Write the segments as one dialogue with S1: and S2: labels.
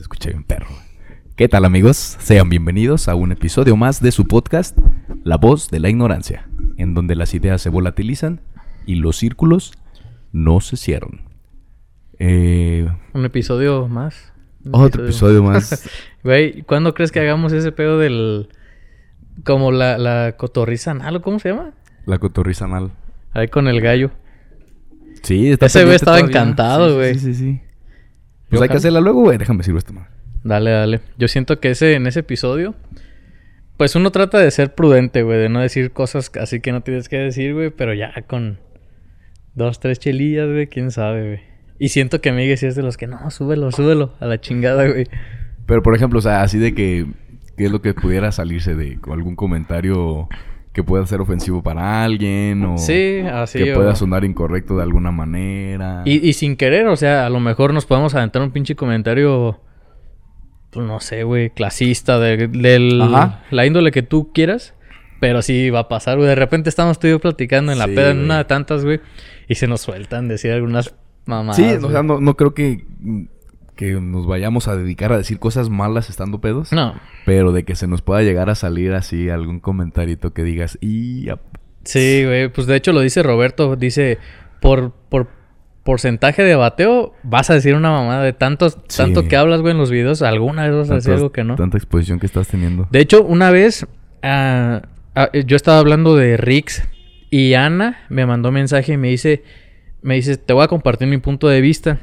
S1: escucha bien perro. ¿Qué tal amigos? Sean bienvenidos a un episodio más de su podcast, La voz de la ignorancia, en donde las ideas se volatilizan y los círculos no se cierran. Eh,
S2: Un episodio más. Un
S1: otro episodio más.
S2: Güey, ¿cuándo crees que hagamos ese pedo del. como la, la cotorriza anal o cómo se llama?
S1: La cotorriza anal.
S2: Ahí con el gallo.
S1: Sí, está
S2: Ese
S1: pendiente
S2: güey estaba
S1: todavía.
S2: encantado,
S1: Sí,
S2: güey.
S1: Sí, sí, sí. Pues
S2: Yo
S1: hay que
S2: jalo.
S1: hacerla luego, güey. Déjame decirlo esta madre.
S2: Dale, dale. Yo siento que ese, en ese episodio. Pues uno trata de ser prudente, güey, de no decir cosas así que no tienes que decir, güey, pero ya con dos, tres chelillas, güey, quién sabe, güey. Y siento que Miguel sí es de los que no, súbelo, súbelo, a la chingada, güey.
S1: Pero, por ejemplo, o sea, así de que... ¿Qué es lo que pudiera salirse de con algún comentario que pueda ser ofensivo para alguien? O
S2: Sí, así.
S1: Oh. que
S2: o-
S1: pueda sonar incorrecto de alguna manera.
S2: Y, y sin querer, o sea, a lo mejor nos podemos aventar un pinche comentario, pues no sé, güey, clasista, de, del,
S1: Ajá.
S2: la índole que tú quieras. Pero sí va a pasar, güey. De repente estamos tú y yo platicando en la
S1: Sí,
S2: peda, en
S1: güey.
S2: una de tantas, güey. Y se nos sueltan decir algunas mamadas.
S1: sí, o sea,
S2: güey.
S1: no, no creo que, que nos vayamos a dedicar a decir cosas malas estando pedos.
S2: No.
S1: Pero de que se nos pueda llegar a salir así algún comentarito que digas... Y... ap-
S2: Sí, güey. Pues de hecho lo dice Roberto. Dice, por, por porcentaje de bateo, vas a decir una mamada de tantos,
S1: Sí.
S2: tanto que hablas, güey, en los videos. Alguna vez vas a decir
S1: tantas-
S2: algo que no.
S1: Tanta exposición que estás teniendo.
S2: De hecho, una vez ah, ah, yo estaba hablando de Rix y Ana me mandó mensaje y me dice, me dice, te voy a compartir mi punto de vista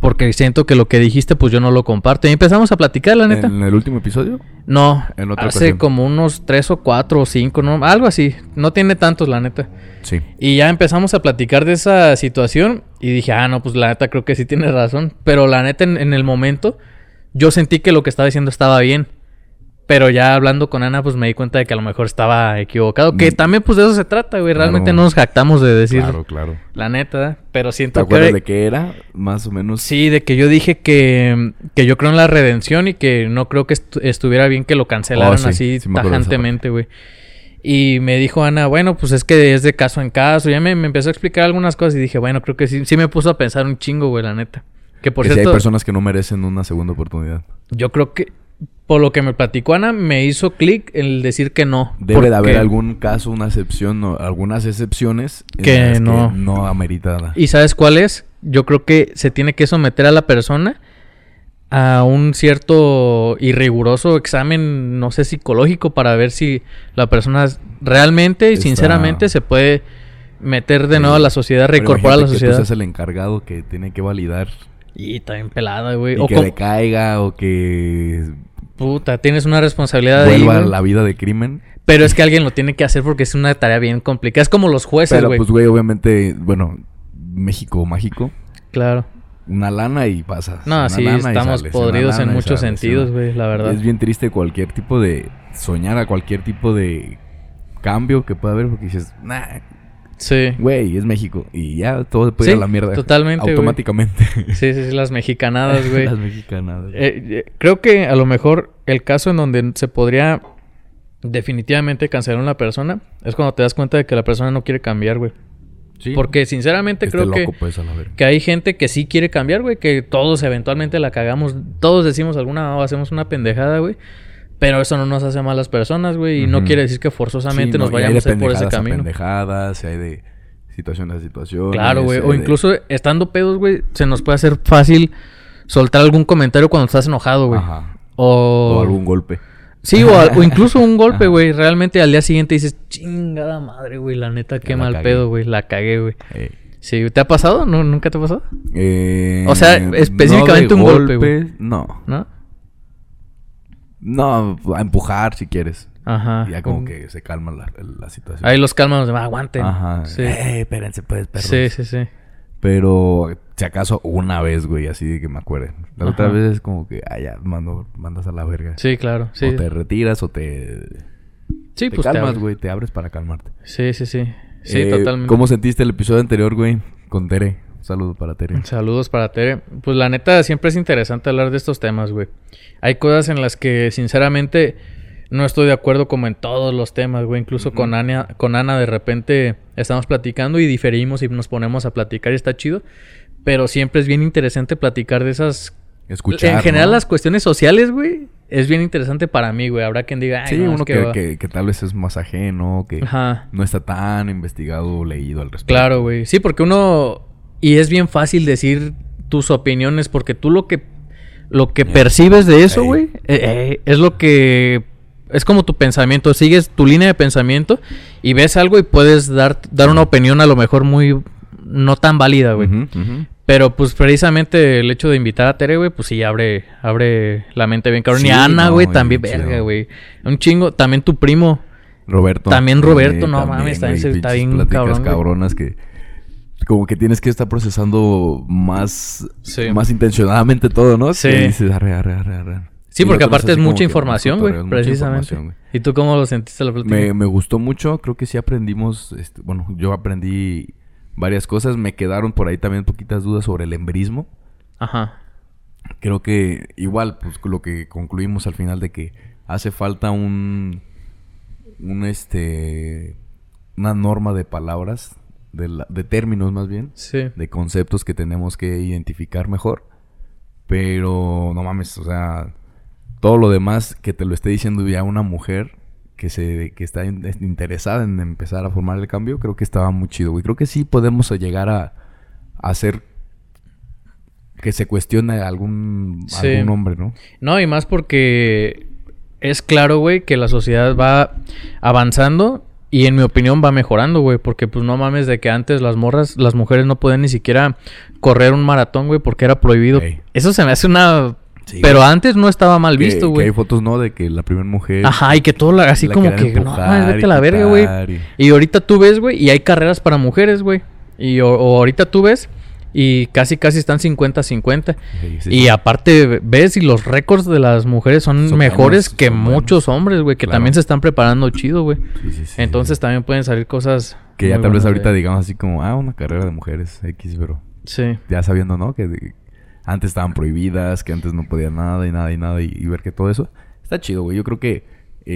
S2: porque siento que lo que dijiste pues yo no lo comparto. Y empezamos a platicar, la neta.
S1: ¿En el último episodio?
S2: No,
S1: en otra
S2: hace
S1: ocasión.
S2: como unos tres o cuatro o cinco, ¿no? algo así. No tiene tantos, la neta.
S1: Sí.
S2: Y ya empezamos a platicar de esa situación y dije, ah, no, pues la neta creo que sí tiene razón. Pero la neta en, en el momento yo sentí que lo que estaba diciendo estaba bien. Pero ya hablando con Ana, pues me di cuenta de que a lo mejor estaba equivocado. Que
S1: Mm.
S2: también pues de eso se trata, güey. Realmente
S1: Claro.
S2: no nos jactamos de decir
S1: Claro, claro.
S2: la neta. ¿eh? Pero
S1: ¿Te
S2: siento
S1: acuerdas
S2: que...
S1: de qué era? Más o menos.
S2: Sí, de que yo dije que, que yo creo en la redención y que no creo que estu- estuviera bien que lo cancelaran
S1: Oh, sí,
S2: así
S1: sí me acuerdo de esa
S2: tajantemente, güey. Y me dijo Ana, bueno, pues es que es de caso en caso. Ya me, me empezó a explicar algunas cosas y dije, bueno, creo que sí, sí me puso a pensar un chingo, güey, la neta. Que por
S1: que si
S2: cierto,
S1: hay personas que no merecen una segunda oportunidad.
S2: yo creo que por lo que me platicó Ana, me hizo clic el decir que no.
S1: Debe de haber
S2: porque-
S1: algún caso, una excepción, o algunas excepciones en
S2: Que
S1: las
S2: no.
S1: no ameritada.
S2: ¿Y sabes cuál es? Yo creo que se tiene que someter a la persona a un cierto y riguroso examen, no sé, psicológico, para ver si la persona es- realmente y
S1: Está-
S2: sinceramente se puede meter de
S1: Sí.
S2: nuevo a la sociedad,
S1: Pero
S2: reincorporar a la
S1: imagínate que Tú
S2: sociedad.
S1: seas el encargado que tiene que validar
S2: Y también pelada, güey.
S1: y
S2: O
S1: que
S2: como-
S1: decaiga o que
S2: puta, tienes una responsabilidad ahí,
S1: vuelva a
S2: güey.
S1: la vida de crimen.
S2: Pero es que alguien lo tiene que hacer porque es una tarea bien complicada. Es como los jueces,
S1: Pero
S2: güey.
S1: pues, güey, obviamente, bueno, México mágico,
S2: Claro.
S1: una lana y pasas.
S2: No,
S1: pues, una
S2: sí,
S1: lana y
S2: estamos
S1: sales, una
S2: podridos en
S1: lana y
S2: muchos
S1: sales,
S2: sentidos,
S1: una-
S2: güey, la verdad.
S1: Es bien triste cualquier tipo de soñar a cualquier tipo de cambio que pueda haber porque dices, nah,
S2: Sí.
S1: güey, es México y ya todo puede ir
S2: Sí,
S1: a la mierda.
S2: totalmente, güey.
S1: Automáticamente.
S2: Sí, sí, sí, las mexicanadas, güey.
S1: Las mexicanas.
S2: Eh, eh, creo que a lo mejor el caso en donde se podría definitivamente cancelar a una persona es cuando te das cuenta de que la persona no quiere cambiar, güey.
S1: Sí.
S2: Porque sinceramente
S1: Este
S2: creo
S1: loco,
S2: que,
S1: pues, a la verga.
S2: que hay gente que sí quiere cambiar, güey, que todos eventualmente la cagamos, todos decimos alguna o hacemos una pendejada, güey. Pero eso no nos hace malas personas, güey, y no
S1: Ujú.
S2: quiere decir que forzosamente
S1: Sí,
S2: nos
S1: no, y hay
S2: vayamos
S1: de
S2: a ir por ese
S1: pendejadas a
S2: camino.
S1: pendejadas, y hay de situación a situación.
S2: Claro, güey. O incluso estando pedos, güey, se nos puede hacer fácil soltar algún comentario cuando estás enojado, güey.
S1: Ajá.
S2: O...
S1: O algún golpe.
S2: Sí, o, al- o incluso un golpe,
S1: Ajá.
S2: güey. Realmente al día siguiente dices, chingada madre, güey. La neta, qué
S1: la
S2: mal
S1: cagué.
S2: pedo, güey. La cagué, güey.
S1: Eh,
S2: Sí, ¿te ha pasado? ¿No, ¿Nunca te ha pasado?
S1: eh,
S2: O sea, específicamente
S1: no de
S2: un golpe, güey.
S1: golpes, No.
S2: ¿No?
S1: No, a empujar si quieres.
S2: Ajá. Mm.
S1: ya como que se calma la, la situación.
S2: Ah, Ahí los calman los demás, aguanten.
S1: Ajá.
S2: Sí.
S1: Eh, espérense, pues, perros.
S2: sí, sí, sí.
S1: Pero si acaso una vez, güey, así de que me acuerde. La otra
S2: Ajá.
S1: vez es como que, ah, ya, mando, mandas a la verga.
S2: Sí, claro. Sí,
S1: O te retiras o te.
S2: sí
S1: te
S2: pues te
S1: calmas,
S2: abres.
S1: güey. Te abres para calmarte.
S2: Sí, sí, sí. Sí,
S1: Eh,
S2: totalmente.
S1: ¿Cómo sentiste el episodio anterior, güey? Con Tere. Un saludo para Tere.
S2: Saludos para Tere. Pues la neta, siempre es interesante hablar de estos temas, güey. Hay cosas en las que, sinceramente, no estoy de acuerdo como en todos los temas, güey. Incluso con, Ana, con Ana, de repente, estamos platicando y diferimos y nos ponemos a platicar y está chido. Pero siempre es bien interesante platicar de esas
S1: escuchar.
S2: en general,
S1: ¿no?
S2: las cuestiones sociales, güey, es bien interesante para mí, güey. Habrá quien diga, ay,
S1: Sí,
S2: no, es
S1: uno
S2: que
S1: que,
S2: va".
S1: que- que tal vez es más ajeno, que
S2: Ajá.
S1: no está tan investigado o leído al respecto.
S2: Claro, güey. Sí, porque uno. Y es bien fácil decir tus opiniones, porque tú lo que. Lo que
S1: Ya.
S2: percibes de eso,
S1: Eh, Ey.
S2: güey, eh, eh, es lo que. Es como tu pensamiento. Sigues tu línea de pensamiento y ves algo y puedes dar, dar una opinión a lo mejor muy. No tan válida, güey.
S1: Ujú, ujú.
S2: Pero pues precisamente el hecho de invitar a Tere, güey, pues sí abre, abre la mente bien cabrón. y
S1: Sí,
S2: Ana,
S1: no,
S2: güey,
S1: bien
S2: también,
S1: chido.
S2: verga, güey. Un chingo, también tu primo.
S1: Roberto.
S2: También Roberto, no mames,
S1: güey,
S2: también se- está
S1: pinches
S2: bien
S1: pláticas
S2: cabrón, güey.
S1: cabronas que como que tienes que estar procesando más
S2: Sí.
S1: más intencionadamente todo, ¿no?
S2: Sí.
S1: Y dices, arre, arre, arre, arre.
S2: Sí,
S1: Y
S2: porque
S1: lo tomas
S2: aparte es
S1: así como
S2: mucha
S1: que,
S2: información,
S1: puta,
S2: güey,
S1: es mucha
S2: precisamente.
S1: información, güey.
S2: ¿Y tú cómo lo sentiste la plática?
S1: Me, me gustó mucho, creo que sí aprendimos, este, bueno, yo aprendí varias cosas, me quedaron por ahí también poquitas dudas sobre el embrismo.
S2: Ajá.
S1: Creo que igual, pues lo que concluimos al final de que hace falta un, un este, una norma de palabras, de, la- de términos más bien,
S2: Sí.
S1: de conceptos que tenemos que identificar mejor. Pero no mames, o sea, todo lo demás que te lo esté diciendo ya una mujer que se que está in- es- interesada en empezar a formar el cambio, creo que estaba muy chido, güey. Creo que sí podemos llegar a, a hacer que se cuestione algún,
S2: Sí.
S1: algún hombre, ¿no?
S2: No, y más porque es claro, güey, que la sociedad va avanzando y en mi opinión va mejorando, güey, porque pues no mames de que antes las morras, las mujeres no podían ni siquiera correr un maratón, güey, porque era prohibido.
S1: Ey.
S2: Eso se me hace una...
S1: Sí,
S2: Pero antes no estaba mal
S1: Que-
S2: visto,
S1: que
S2: güey.
S1: hay fotos, ¿no? De que la primera mujer...
S2: Ajá, y que todo la- así
S1: la
S2: como
S1: querían
S2: que... No,
S1: empujar
S2: mames,
S1: y
S2: vete a la verga, güey.
S1: quitar y-
S2: Y ahorita tú ves, güey, y hay carreras para mujeres, güey. Y o- o ahorita tú ves y casi casi están 50-50.
S1: Sí, sí,
S2: Y
S1: sí.
S2: aparte ves y los récords de las mujeres son,
S1: Son
S2: mejores
S1: buenos,
S2: que
S1: son
S2: muchos hombres, güey, que
S1: Claro.
S2: también se están preparando chido, güey.
S1: Sí, sí, sí, sí.
S2: Entonces también pueden salir cosas
S1: Que ya
S2: muy
S1: tal vez
S2: buenas
S1: ahorita
S2: de-
S1: digamos así como, ah, una carrera de mujeres X, pero
S2: Sí.
S1: ya sabiendo, ¿no? Que de- antes estaban prohibidas, que antes no podía nada y nada y nada y, y ver que todo eso. Está chido, güey. Yo creo que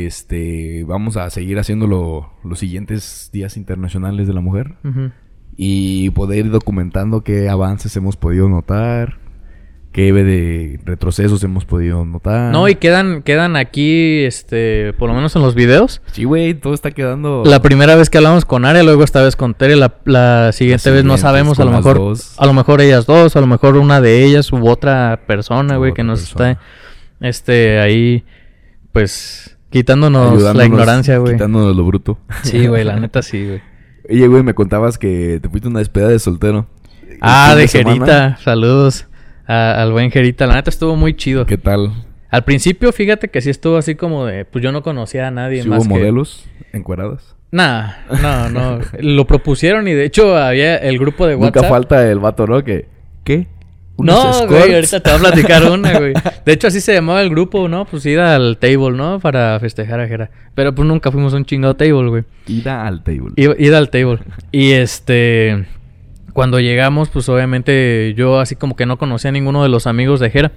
S1: este vamos a seguir haciéndolo los siguientes días internacionales de la mujer
S2: Ujú.
S1: y poder ir documentando qué avances hemos podido notar, qué de retrocesos hemos podido notar.
S2: No, y quedan quedan aquí este, por lo menos en los videos.
S1: Sí, güey, todo está quedando
S2: La primera vez que hablamos con Aria, luego esta vez con Tere, la, la siguiente
S1: Las
S2: vez no
S1: siguientes,
S2: sabemos, a
S1: con
S2: lo
S1: las
S2: mejor
S1: dos.
S2: a lo mejor ellas dos, a lo mejor una de ellas u otra persona,
S1: U
S2: güey, que
S1: otra
S2: nos
S1: persona.
S2: está este ahí pues quitándonos la
S1: ayudándonos,
S2: ignorancia, güey.
S1: Quitándonos lo bruto.
S2: Sí, güey, la neta sí, güey.
S1: Oye, güey, me contabas que te fuiste a una despedida de soltero.
S2: Ah,
S1: El
S2: de
S1: fin semana.
S2: Jerita. Saludos a- al buen Jerita. La neta estuvo muy chido.
S1: ¿Qué tal?
S2: Al principio, fíjate que sí estuvo así como de... Pues yo no conocía a nadie
S1: ¿Sí
S2: más
S1: hubo
S2: que...
S1: modelos encueradas?
S2: Nah, no, no. Lo propusieron y de hecho había el grupo de WhatsApp.
S1: Nunca falta el vato, ¿no? Que, ¿Qué? ¿Unos
S2: No,
S1: escorts?
S2: güey, ahorita te voy a platicar una, güey. De hecho, así se llamaba el grupo, ¿no? Pues ir al table, ¿no? Para festejar a Jera. Pero pues nunca fuimos a un chingado table, güey.
S1: Ida al table.
S2: Iba- Ir al table. Y este. Cuando llegamos, pues obviamente yo así como que no conocía a ninguno de los amigos de Jera.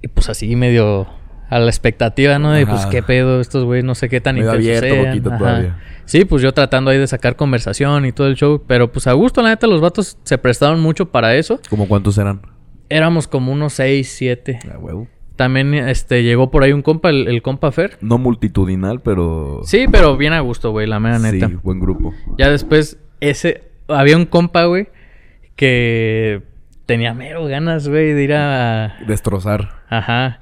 S2: Y pues así medio a la expectativa, ¿no? De pues
S1: Ajá.
S2: qué pedo, estos güeyes no sé qué tan
S1: Medio
S2: intensos
S1: abierto,
S2: sean.
S1: poquito
S2: Ajá.
S1: todavía.
S2: Sí, pues yo tratando ahí de sacar conversación y todo el show. Pero pues a gusto, la neta, los vatos se prestaron mucho para eso.
S1: ¿Cómo cuántos eran?
S2: Éramos como unos 6, 7.
S1: Ah, huevo.
S2: También este, llegó por ahí un compa, el, el compa Fer.
S1: No multitudinal, pero...
S2: Sí, pero bien a gusto, güey, la mera neta.
S1: Sí, buen grupo.
S2: Ya después, ese. Había un compa, güey, que tenía mero ganas, güey, de ir a.
S1: Destrozar.
S2: Ajá.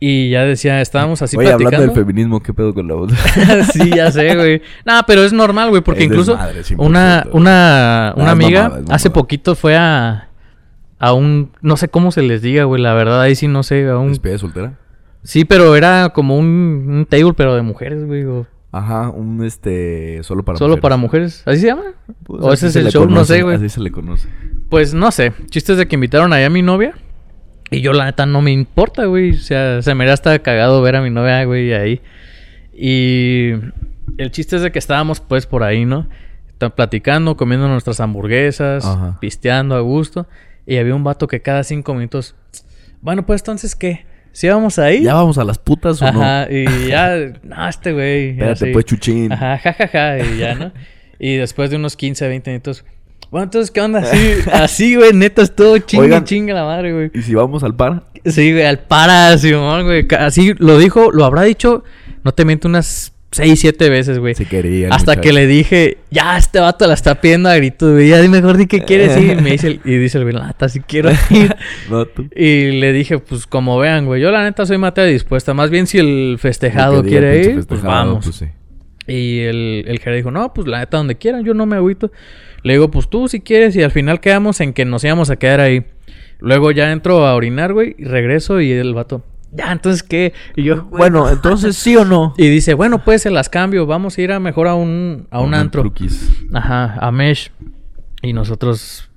S2: Y ya decía, estábamos así
S1: Oye,
S2: platicando.
S1: hablando del feminismo, ¿qué pedo con la voz?
S2: sí, ya sé, güey. Nah, pero es normal, güey, porque
S1: Es
S2: incluso
S1: desmadre, 100%,
S2: una,
S1: güey.
S2: una, una
S1: es
S2: amiga
S1: mamada, es
S2: hace
S1: mamada.
S2: poquito fue a. A un. No sé cómo se les diga, güey, la verdad, ahí sí no sé. A un,
S1: ¿Despedida soltera?
S2: sí, pero era como un, un table, pero de mujeres, güey. o
S1: Ajá, un este... Solo para
S2: Solo para mujeres. ¿Así se llama?
S1: Pues
S2: o
S1: así
S2: ese es
S1: se
S2: el
S1: le
S2: show, no
S1: conoce,
S2: sé, güey.
S1: Así se le conoce.
S2: Pues no sé, chistes de que invitaron ahí a mi novia. Y yo la neta no me importa, güey. O sea, se me era hasta cagado ver a mi novia, güey, ahí. Y el chiste es de que estábamos pues por ahí, ¿no? Están platicando, comiendo nuestras hamburguesas,
S1: Ajá.
S2: pisteando a gusto. Y había un vato que cada cinco minutos... Bueno, pues entonces, ¿qué? ¿Sí vamos ahí?
S1: ¿Ya vamos a las putas o
S2: Ajá,
S1: no?
S2: y ya... No, este güey.
S1: Espérate,
S2: así.
S1: pues, chuchín.
S2: Ajá, jajaja, y ya, ¿no? y después de unos 15, 20 minutos, Bueno, entonces, ¿qué onda? Así, así güey, neta, es todo chinga,
S1: Oigan.
S2: chinga la madre, güey.
S1: ¿Y si vamos al par?
S2: Sí, güey, al para, Simón, güey. Ca- Así lo dijo, lo habrá dicho, no te miento, unas 6, 7 veces, güey.
S1: Se quería. el
S2: Hasta
S1: muchacho.
S2: que le dije, ya, este vato la está pidiendo a gritos, güey. Ya dime, Jordi, ¿qué quieres? Y me dice, el- y dice el güey, la neta, sí quiero ir.
S1: No, tú.
S2: Y le dije, pues como vean, güey, yo la neta soy materia dispuesta. Más bien si el
S1: Lo
S2: festejado
S1: que diga el
S2: quiere
S1: pinche
S2: ir, pues
S1: festejado,
S2: vamos.
S1: pues sí.
S2: Y el, el Jera dijo, no, pues la neta, donde quieran, yo no me agüito. Le digo, pues tú si quieres, y al final quedamos en que nos íbamos a quedar ahí. Luego ya entro a orinar, güey, y regreso, y el vato, ya, entonces qué. Y yo, güey, pues,
S3: Bueno, entonces sí o no.
S2: Y dice, bueno, pues se las cambio, vamos a ir a mejor a un, a un
S1: Andan
S2: antro.
S1: truquis.
S2: Ajá, a Mesh. Y nosotros,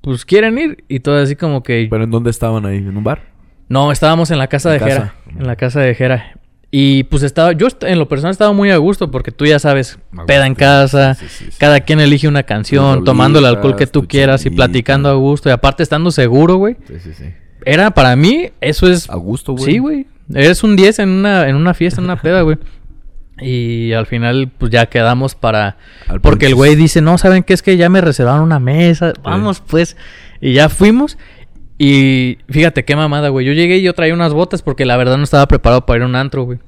S2: pues quieren ir, y todo así como que.
S1: ¿Pero en dónde estaban ahí? ¿En un bar?
S2: No, estábamos en la casa
S1: En
S2: de
S1: casa.
S2: Jera. En la casa de Jera. Y pues estaba, yo est- en lo personal estaba muy a gusto porque tú ya sabes,
S1: A
S2: peda en
S1: gusto,
S2: casa,
S1: sí, sí, sí.
S2: cada quien elige una canción,
S1: Tus
S2: tomando el alcohol que
S1: rolitas,
S2: tú
S1: tu
S2: quieras y
S1: chelita.
S2: platicando a gusto y aparte estando seguro, güey.
S1: Sí, sí, sí.
S2: Era para mí, eso es...
S1: A gusto, güey.
S2: Sí, güey. Eres un 10 en una, en una fiesta, en una peda, güey. Y al final, pues ya quedamos para...
S1: Al
S2: Porque el
S1: Ponchis.
S2: güey dice, no, ¿saben qué? Es que ya me reservaron una mesa. Vamos, pues. Y ya fuimos. Y fíjate qué mamada, güey. Yo llegué y yo traía unas botas porque la verdad no estaba preparado para ir a un antro, güey.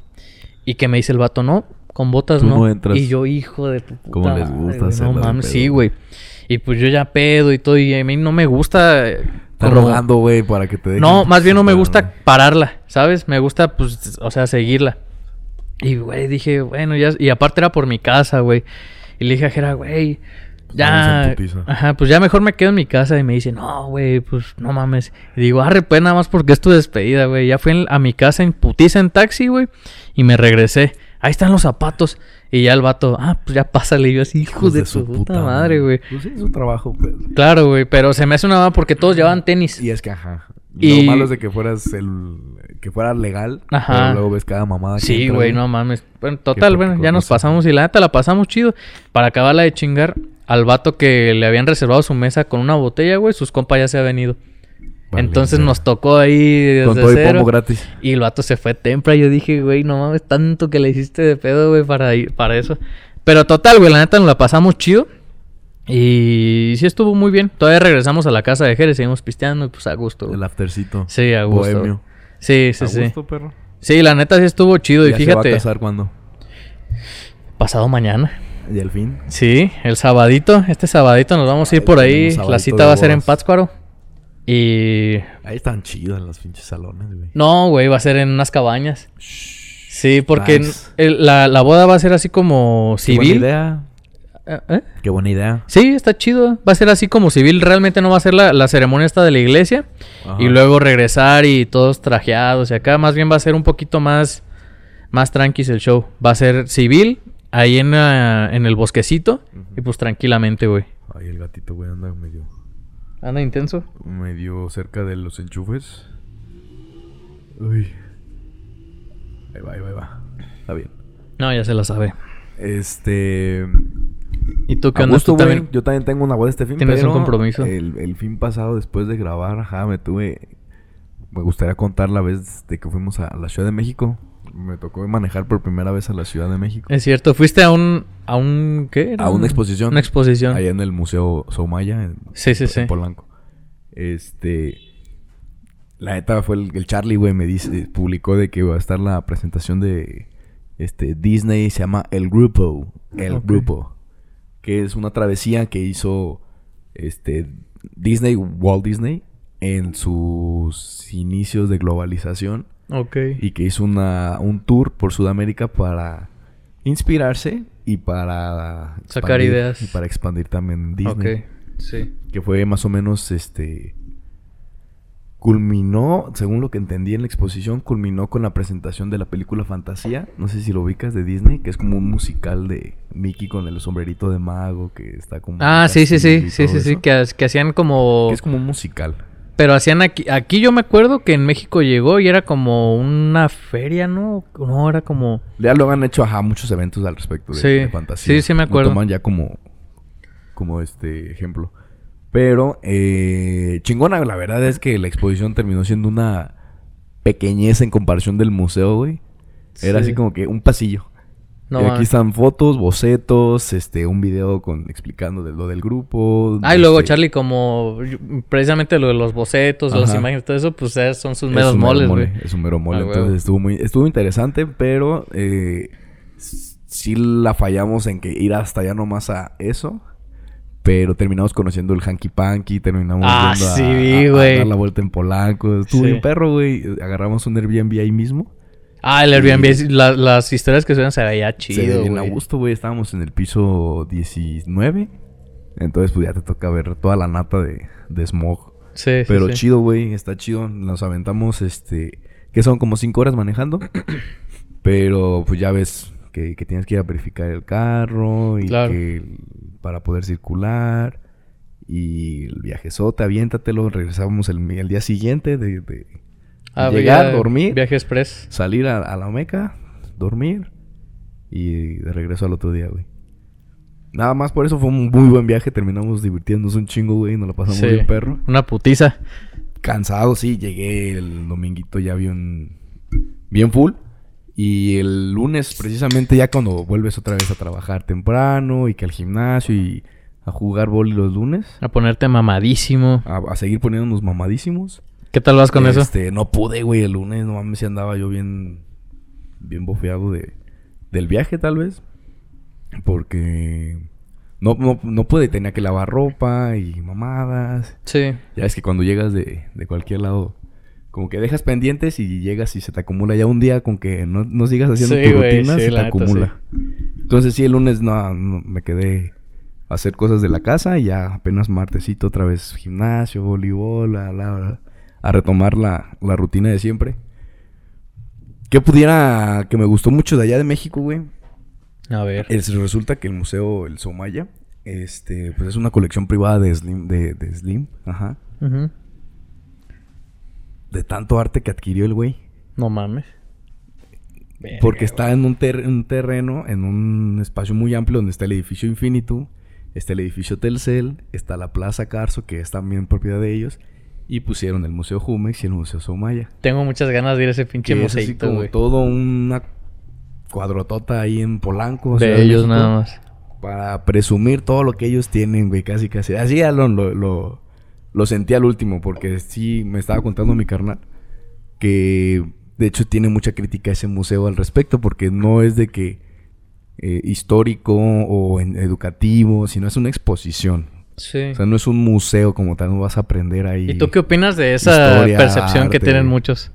S2: Y que me dice el vato, no, con botas
S1: Tú
S2: no.
S1: no entras.
S2: Y yo, hijo de tu puta
S1: ¿Cómo les
S2: madre,
S1: gusta
S2: güey,
S1: hacerla
S2: No
S1: de
S2: mames,
S1: pedo?
S2: sí, güey. Y pues yo ya pedo y todo. Y a mí no me gusta... eh,
S1: Está
S2: como-
S1: rogando, güey, para que te dejen.
S2: no, más bien no me gusta
S1: Claro.
S2: pararla, ¿sabes? Me gusta, pues, o sea, seguirla. Y, güey, dije, bueno, ya... Y aparte era por mi casa, güey. Y le dije a Jera, güey,
S1: vamos
S2: ya...
S1: en putiza.
S2: Ajá, pues ya mejor me quedo en mi casa. Y me dice, no, güey, pues, no mames. Y digo, arre, pues, nada más porque es tu despedida, güey. Ya fui en- a mi casa en putiza en taxi, güey. Y me regresé. Ahí están los zapatos. Y ya el vato, ah, pues ya pásale. Y yo así, hijo
S1: Hijos
S2: de, su puta madre, güey.
S1: Pues sí, es un trabajo, pues.
S2: Claro, güey, pero se me hace una mamada porque todos llevaban tenis.
S1: Y es que, ajá.
S2: Y-
S1: Lo malo es de que fueras el... Que fuera legal.
S2: Ajá.
S1: Pero luego ves cada mamada. que
S2: Sí,
S1: entra,
S2: güey, no mames. Bueno, total,
S1: tóxico,
S2: bueno, ya
S1: no
S2: nos
S1: sé.
S2: pasamos y la neta la pasamos chido. Para acabarla de chingar, al vato que le habían reservado su mesa con una botella, güey, sus compas ya se ha venido.
S1: Vale,
S2: Entonces
S1: verga.
S2: nos tocó ahí desde
S1: Con todo y
S2: cero.
S1: pomo gratis.
S2: Y el vato se fue temprano. Yo dije, güey, no mames, tanto que le hiciste de pedo, güey, para, ir- para eso. Pero total, güey, la neta nos la pasamos chido. Y sí estuvo muy bien. Todavía regresamos a la casa de Jerez, seguimos pisteando y pues a gusto. güey.
S1: El aftercito.
S2: Sí, a gusto.
S1: Bohemio.
S2: Sí, sí,
S1: A
S2: sí.
S1: gusto, perro.
S2: Sí, la neta sí estuvo chido. Y
S1: ¿Ya se va a
S2: fíjate,
S1: casar cuándo?
S2: pasado mañana.
S1: ¿Y al fin?
S2: Sí, el sabadito, este sabadito nos vamos a ir
S1: Ay,
S2: por
S1: tenemos
S2: ahí.
S1: sabadito
S2: La
S1: de
S2: cita va a ser en
S1: bodas.
S2: Pátzcuaro. Y.
S1: Ahí están chidas las pinches salones, güey.
S2: No, güey, va a ser en unas cabañas. Sí, porque
S1: nice.
S2: el- la, la boda va a ser así como
S1: Qué buena
S2: civil.
S1: idea.
S2: Eh, ¿eh?
S1: Qué buena idea.
S2: Sí, está chido. Va a ser así como civil. Realmente no va a ser la, la ceremonia esta de la iglesia.
S1: Ajá.
S2: Y luego regresar y todos trajeados y acá. Más bien va a ser un poquito más, más tranquis el show. Va a ser civil, ahí en, ah, en el bosquecito. Y pues tranquilamente, güey.
S1: Ay, el gatito, güey, anda medio...
S2: Anda intenso.
S1: Medio cerca de los enchufes. Uy. Ahí va, ahí va, ahí va. Está bien.
S2: No, ya se lo sabe.
S1: Este...
S2: ¿Y tú qué
S1: A
S2: onda?
S1: gusto,
S2: ¿Tú
S1: güey.
S2: también?
S1: Yo también tengo una boda este fin,
S2: ¿Tienes un
S1: pero
S2: compromiso?
S1: El, el fin pasado, después de grabar, ajá, me tuve... Me gustaría contar la vez de que fuimos a la Ciudad de México. Me tocó manejar por primera vez a la Ciudad de México.
S2: Es cierto, fuiste a un... ¿A un qué? era?
S1: A una exposición.
S2: Una exposición.
S1: Allá en el Museo Soumaya, en,
S2: Sí, sí,
S1: en
S2: sí.
S1: Polanco. Este. La neta fue el, el Charlie, güey, me dice, publicó de que va a estar la presentación de este Disney, se llama El Grupo. El
S2: Ok.
S1: Grupo. Que es una travesía que hizo este Disney, Walt Disney, en sus inicios de globalización
S2: Ok.
S1: y que hizo una, un tour por Sudamérica para inspirarse y para
S2: Sacar
S1: expandir-
S2: ideas.
S1: y para expandir también Disney
S2: Ok, sí.
S1: que fue más o menos este culminó según lo que entendí en la exposición culminó con la presentación de la película Fantasía no sé si lo ubicas de Disney que es como un musical de Mickey con el sombrerito de mago que está como en
S2: Ah,
S1: un
S2: sí, sí,
S1: castillo
S2: sí.
S1: y
S2: Sí,
S1: todo
S2: sí, sí.
S1: eso.
S2: Que, ha- que hacían como...
S1: Que es como un musical
S2: Pero hacían aquí... Aquí yo me acuerdo que en México llegó y era como una feria, ¿no? No, era como...
S1: Ya lo han hecho, ajá, muchos eventos al respecto de,
S2: Sí.
S1: de fantasía.
S2: Sí, sí, me
S1: Lo
S2: acuerdo.
S1: toman ya como, como este ejemplo. Pero, eh, chingona, la verdad es que la exposición terminó siendo una pequeñez en comparación del museo, güey. Era
S2: Sí.
S1: así como que un pasillo.
S2: No
S1: y aquí
S2: mames.
S1: están fotos, bocetos, este, un video con explicando de lo del grupo.
S2: Ah, y luego
S1: este,
S2: Charlie, como yo- precisamente lo de los bocetos, las
S1: Ajá.
S2: imágenes, todo eso, pues eh, son sus
S1: es
S2: meros
S1: un mero
S2: moles,
S1: mole,
S2: güey.
S1: Es un mero mole.
S2: Ah,
S1: Entonces
S2: huevo.
S1: estuvo muy, estuvo interesante, pero eh, s- sí la fallamos en que ir hasta allá nomás a eso. Pero terminamos conociendo el Hanky Panky, terminamos
S2: Ah,
S1: yendo a-
S2: sí,
S1: a, a
S2: güey.
S1: dar la vuelta en Polanco. Estuvo
S2: Sí.
S1: bien perro, güey. Agarramos un Airbnb ahí mismo.
S2: Ah, el Airbnb, la- las historias que suenan se veía
S1: Se ve
S2: chido,
S1: bien a
S2: güey.
S1: gusto, güey. Estábamos en el piso 19. Entonces, pues ya te toca ver toda la nata de, de smog.
S2: Sí, sí,
S1: Pero
S2: sí.
S1: chido, güey, está chido. Nos aventamos, este, que son como cinco horas manejando. Pero pues ya ves que, que tienes que ir a verificar el carro y
S2: Claro.
S1: que el- para poder circular. Y el viajezote, aviéntatelo. Regresábamos el, mi- el día siguiente de, de
S2: Ah,
S1: llegar,
S2: via-
S1: dormir,
S2: Viaje express.
S1: salir a, a la Meca, dormir y de regreso al otro día, güey. Nada más por eso fue un muy buen viaje. Terminamos divirtiéndonos un chingo, güey. Nos la pasamos
S2: Sí.
S1: bien, perro.
S2: Una putiza.
S1: Cansado, sí, llegué el dominguito ya bien, bien full. Y el lunes, precisamente, ya cuando vuelves otra vez a trabajar temprano y que al gimnasio y a jugar boli los lunes,
S2: A ponerte mamadísimo.
S1: a, a seguir poniéndonos mamadísimos.
S2: ¿Qué tal vas con eso?
S1: Ah. Este, no pude, güey, el lunes, no mames, si andaba yo bien, bien bofeado de, del viaje, tal vez. Porque no, no, no pude, tenía que lavar ropa y mamadas.
S2: Sí.
S1: Ya es que cuando llegas de, de cualquier lado, como que dejas pendientes y llegas y se te acumula. Ya un día con que no, no sigas haciendo
S2: Sí,
S1: tu
S2: güey,
S1: rutina,
S2: sí,
S1: se te
S2: la neta,
S1: acumula. Entonces sí, el lunes no, no, me quedé a hacer cosas de la casa y ya apenas martesito otra vez gimnasio, voleibol, la, la, la, a retomar la, la rutina de siempre. Que pudiera, que me gustó mucho de allá de México, güey.
S2: A ver.
S1: Es- resulta que el museo El Somaya, este, pues es una colección privada de Slim, de, de Slim, ajá.
S2: Ujú.
S1: de tanto arte que adquirió el güey.
S2: No mames.
S1: Porque
S2: Verga,
S1: está en un, ter- un terreno, en un espacio muy amplio donde está el edificio Infinitum, está el edificio Telcel, está la Plaza Carso, que es también propiedad de ellos, y pusieron el Museo Jumex y el Museo Somaya.
S2: güey. Tengo muchas ganas de ir a ese pinche
S1: Que es así
S2: museito,
S1: como
S2: güey.
S1: todo una cuadrotota ahí en Polanco. Ciudad
S2: De ellos
S1: México,
S2: nada más.
S1: Para presumir todo lo que ellos tienen, güey, casi casi. Así ya lo, lo, lo- lo sentí al último, porque sí me estaba contando mi carnal que de hecho tiene mucha crítica ese museo al respecto, porque no es de que eh, histórico o en- educativo, sino es una exposición.
S2: Sí.
S1: O sea, no es un museo como tal, no vas a aprender ahí.
S2: ¿Y tú qué opinas de esa
S1: Historia,
S2: percepción que
S1: arte,
S2: tienen
S1: güey.
S2: muchos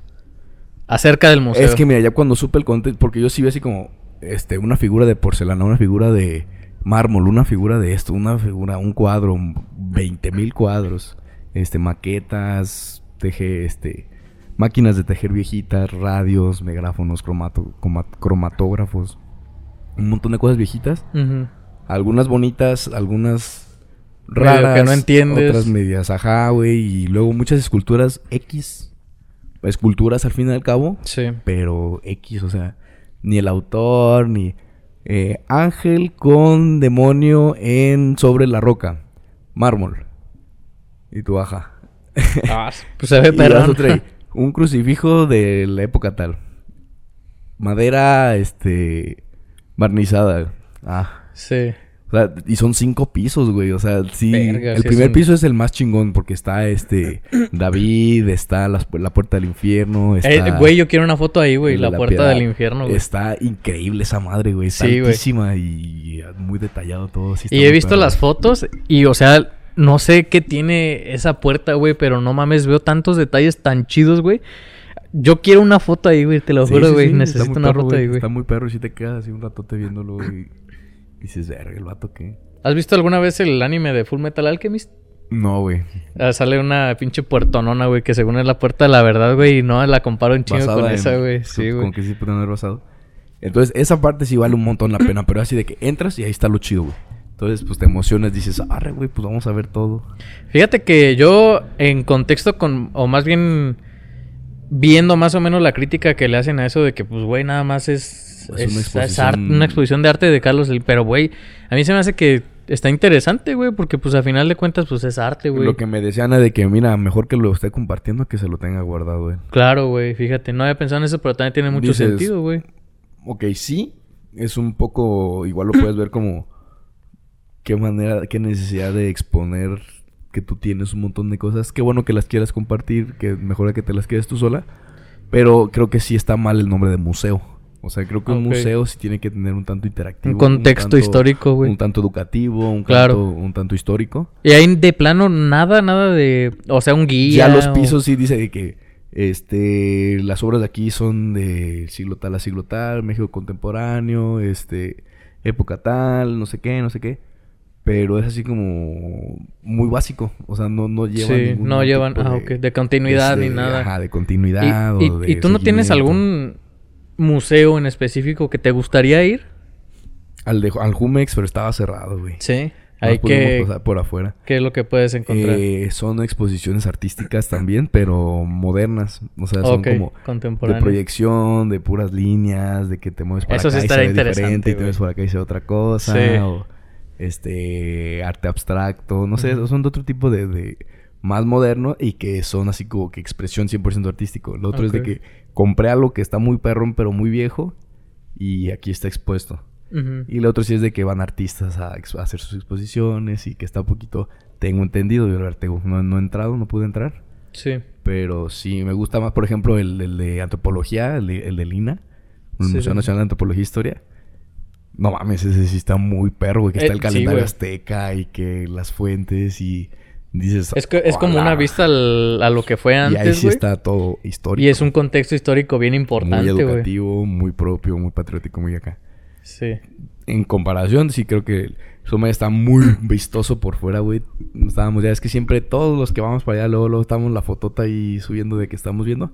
S2: acerca del museo?
S1: Es que mira, ya cuando supe el contexto, porque yo sí vi así como este, una figura de porcelana, una figura de mármol, una figura de esto, una figura, un cuadro, 20 mil cuadros, este, maquetas, teje, este, máquinas de tejer viejitas, radios, megráfonos, cromato- coma- cromatógrafos, un montón de cosas viejitas,
S2: Ujú.
S1: algunas bonitas, algunas
S2: Medio que
S1: raras,
S2: no entiendes.
S1: otras medias, ajá, güey, y luego muchas esculturas X, esculturas al fin y al cabo,
S2: Sí.
S1: pero X, o sea, ni el autor, ni eh, Ángel con demonio en sobre la roca, mármol. Y tu baja.
S2: Ah, pues se ve
S1: Y vas
S2: perrón.
S1: otra ahí, un crucifijo de la época tal. Madera, este, barnizada. Ah.
S2: Sí.
S1: O sea, y son cinco pisos, güey. O sea, sí.
S2: Verga,
S1: el
S2: sí es
S1: primer
S2: un-
S1: piso es el más chingón porque está este David, está las- la, puerta del infierno. Está...
S2: Eh, güey, yo quiero una foto ahí, güey.
S1: de
S2: La,
S1: la
S2: puerta
S1: piedad.
S2: del infierno, güey.
S1: Está increíble esa madre, güey.
S2: Sí, güey.
S1: Santísima y muy detallado todo. sí está
S2: Y he
S1: muy
S2: visto
S1: perro.
S2: las fotos y, o sea, no sé qué tiene esa puerta, güey, pero no mames, veo tantos detalles tan chidos, güey. Yo quiero una foto ahí, güey, te lo
S1: Sí,
S2: juro,
S1: sí,
S2: güey.
S1: sí, está
S2: Necesito
S1: muy
S2: una
S1: perro,
S2: foto ahí, güey.
S1: Está muy perro y si te quedas así un ratote viéndolo güey, y dices, verga, el vato qué.
S2: ¿Has visto alguna vez el anime de Full Metal Alchemist?
S1: No, güey.
S2: Ah, sale una pinche puertonona, güey, que según es la puerta de la verdad, güey, y no la comparo un chingo
S1: Basada
S2: con
S1: en-
S2: esa, güey.
S1: su-
S2: Sí, güey.
S1: Con que sí pudieron haber basado. Entonces, esa parte sí vale un montón la pena, pero así de que entras y ahí está lo chido, güey. Entonces, pues te emocionas, dices, arre, güey, pues vamos a ver todo.
S2: Fíjate que yo, en contexto con, o más bien viendo más o menos la crítica que le hacen a eso de que, pues, güey, nada más es,
S1: Es una
S2: es, es arte-
S1: exposición-
S2: una, exposición de arte de Carlos Slim. Pero, güey, a mí se me hace que está interesante, güey, porque, pues, a final de cuentas, pues, es arte, güey.
S1: Lo que me decían es de que, mira, mejor que lo esté compartiendo que se lo tenga guardado, güey.
S2: Claro, güey, fíjate, no había pensado en eso, pero también tiene mucho
S1: Dices,
S2: sentido, güey.
S1: Ok, sí. es un poco, igual lo puedes ver como qué manera, qué necesidad de exponer que tú tienes un montón de cosas. Qué bueno que las quieras compartir, que mejor que te las quedes tú sola. Pero creo que sí está mal el nombre de museo. O sea, creo que un
S2: Ok.
S1: museo sí tiene que tener un tanto interactivo.
S2: Un contexto
S1: tanto-
S2: histórico, güey.
S1: Un tanto educativo, un,
S2: Claro.
S1: tanto, un tanto histórico.
S2: Y ahí de plano nada, nada de. O sea, un guía.
S1: ya los
S2: o-
S1: pisos sí dice de que este las obras de aquí son de siglo tal a siglo tal, México contemporáneo, este época tal, no sé qué, no sé qué. Pero es así como muy básico, o sea, no no llevan
S2: sí,
S1: ningún
S2: no
S1: tipo
S2: llevan. ah, ok. De continuidad
S1: este,
S2: ni nada.
S1: Ajá, de
S2: Y-
S1: continuidad
S2: ¿Y,
S1: o de
S2: y tú no tienes
S1: seguimiento.
S2: algún museo en específico que te gustaría ir?
S1: al de al Jumex, pero estaba cerrado, güey.
S2: Sí.
S1: No
S2: Hay
S1: pudimos
S2: que.
S1: pasar por afuera.
S2: ¿Qué es lo que puedes encontrar?
S1: Eh, son exposiciones artísticas también, pero modernas, o sea, son
S2: ok,
S1: como de
S2: contemporáneo.
S1: proyección, de puras líneas, de que te mueves para
S2: Eso sí
S1: acá y se
S2: estaría
S1: ve diferente
S2: interesante,
S1: y te mueves
S2: güey.
S1: para acá y se ve otra cosa.
S2: Sí.
S1: O este arte abstracto, no sé, son de otro tipo de, de más moderno y que son así como que expresión 100% artístico. Lo otro es de
S2: Ok.
S1: que compré algo que está muy perrón pero muy viejo y aquí está expuesto.
S2: Ujú.
S1: Y lo otro sí es de que van artistas a, ex- a hacer sus exposiciones y que está poquito, tengo entendido, yo la verdad, tengo- no, no he entrado, no pude entrar.
S2: Sí.
S1: Pero sí, me gusta más, por ejemplo, el, el de antropología, el de, el de Lina, el
S2: Sí,
S1: Museo
S2: sí.
S1: Nacional de Antropología e Historia. No mames, ese sí está muy perro, güey, que
S2: Eh,
S1: está el
S2: sí,
S1: calendario
S2: güey.
S1: azteca y que las fuentes y dices...
S2: Es, que- es como
S1: "Hola".
S2: una vista al- a lo que fue
S1: Y
S2: antes.
S1: ahí sí
S2: güey,
S1: está todo histórico.
S2: y es un contexto histórico bien
S1: Muy
S2: importante, güey.
S1: educativo, muy propio, muy patriótico, muy acá.
S2: Sí.
S1: En comparación, sí creo que Sumaya está muy vistoso por fuera, güey. Estábamos ya, es que siempre todos los que vamos para allá, luego, luego estamos la fotota ahí subiendo de que estamos viendo.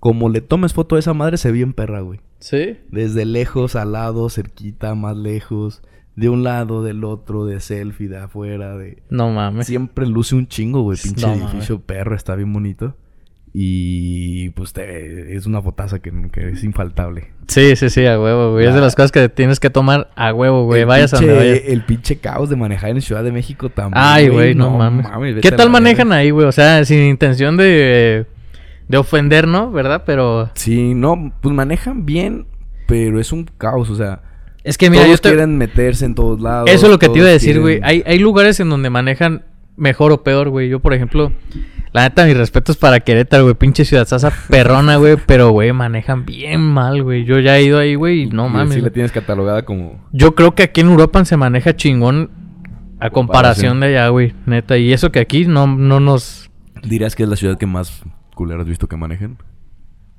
S1: Como le tomes foto a esa madre, se ve bien perra, güey.
S2: Sí.
S1: Desde lejos, al lado, cerquita, más lejos. De un lado, del otro, de selfie, de afuera, de...
S2: No mames.
S1: Siempre luce un chingo, güey. Pinche
S2: No,
S1: edificio perro, está bien bonito. Y pues te- es una fotaza que, que es infaltable.
S2: Sí, sí, sí, a huevo, güey. Es de las cosas que tienes que tomar a huevo, güey.
S1: Ah. El
S2: Vayas a donde
S1: pinche- eh,
S2: vayas.
S1: El pinche caos de manejar en Ciudad de México también.
S2: Ay, güey, no, mames. ¿Qué tal manejan
S1: ahí?
S2: ahí, güey? O sea, sin intención de, de ofender, ¿no? ¿Verdad? Pero
S1: Sí, no, pues manejan bien, pero es un caos, o sea.
S2: es que mira,
S1: todos
S2: yo te-
S1: quieren meterse en todos lados.
S2: Eso es lo que te iba a
S1: todos
S2: decir, güey.
S1: quieren-
S2: Hay, hay lugares en donde manejan mejor o peor, güey. Yo, por ejemplo, la neta, mis respetos para Querétaro, güey. Pinche ciudad sasa perrona, güey. Pero, güey, manejan bien mal, güey. Yo ya he ido ahí, güey, y no
S1: y
S2: mames.
S1: Sí, la
S2: güey.
S1: tienes catalogada como.
S2: Yo creo que aquí en Europa se maneja chingón a
S1: Comparación.
S2: comparación de allá, güey. Neta. Y eso que aquí no, no nos.
S1: ¿Dirías que es la ciudad que más culera has visto que manejan?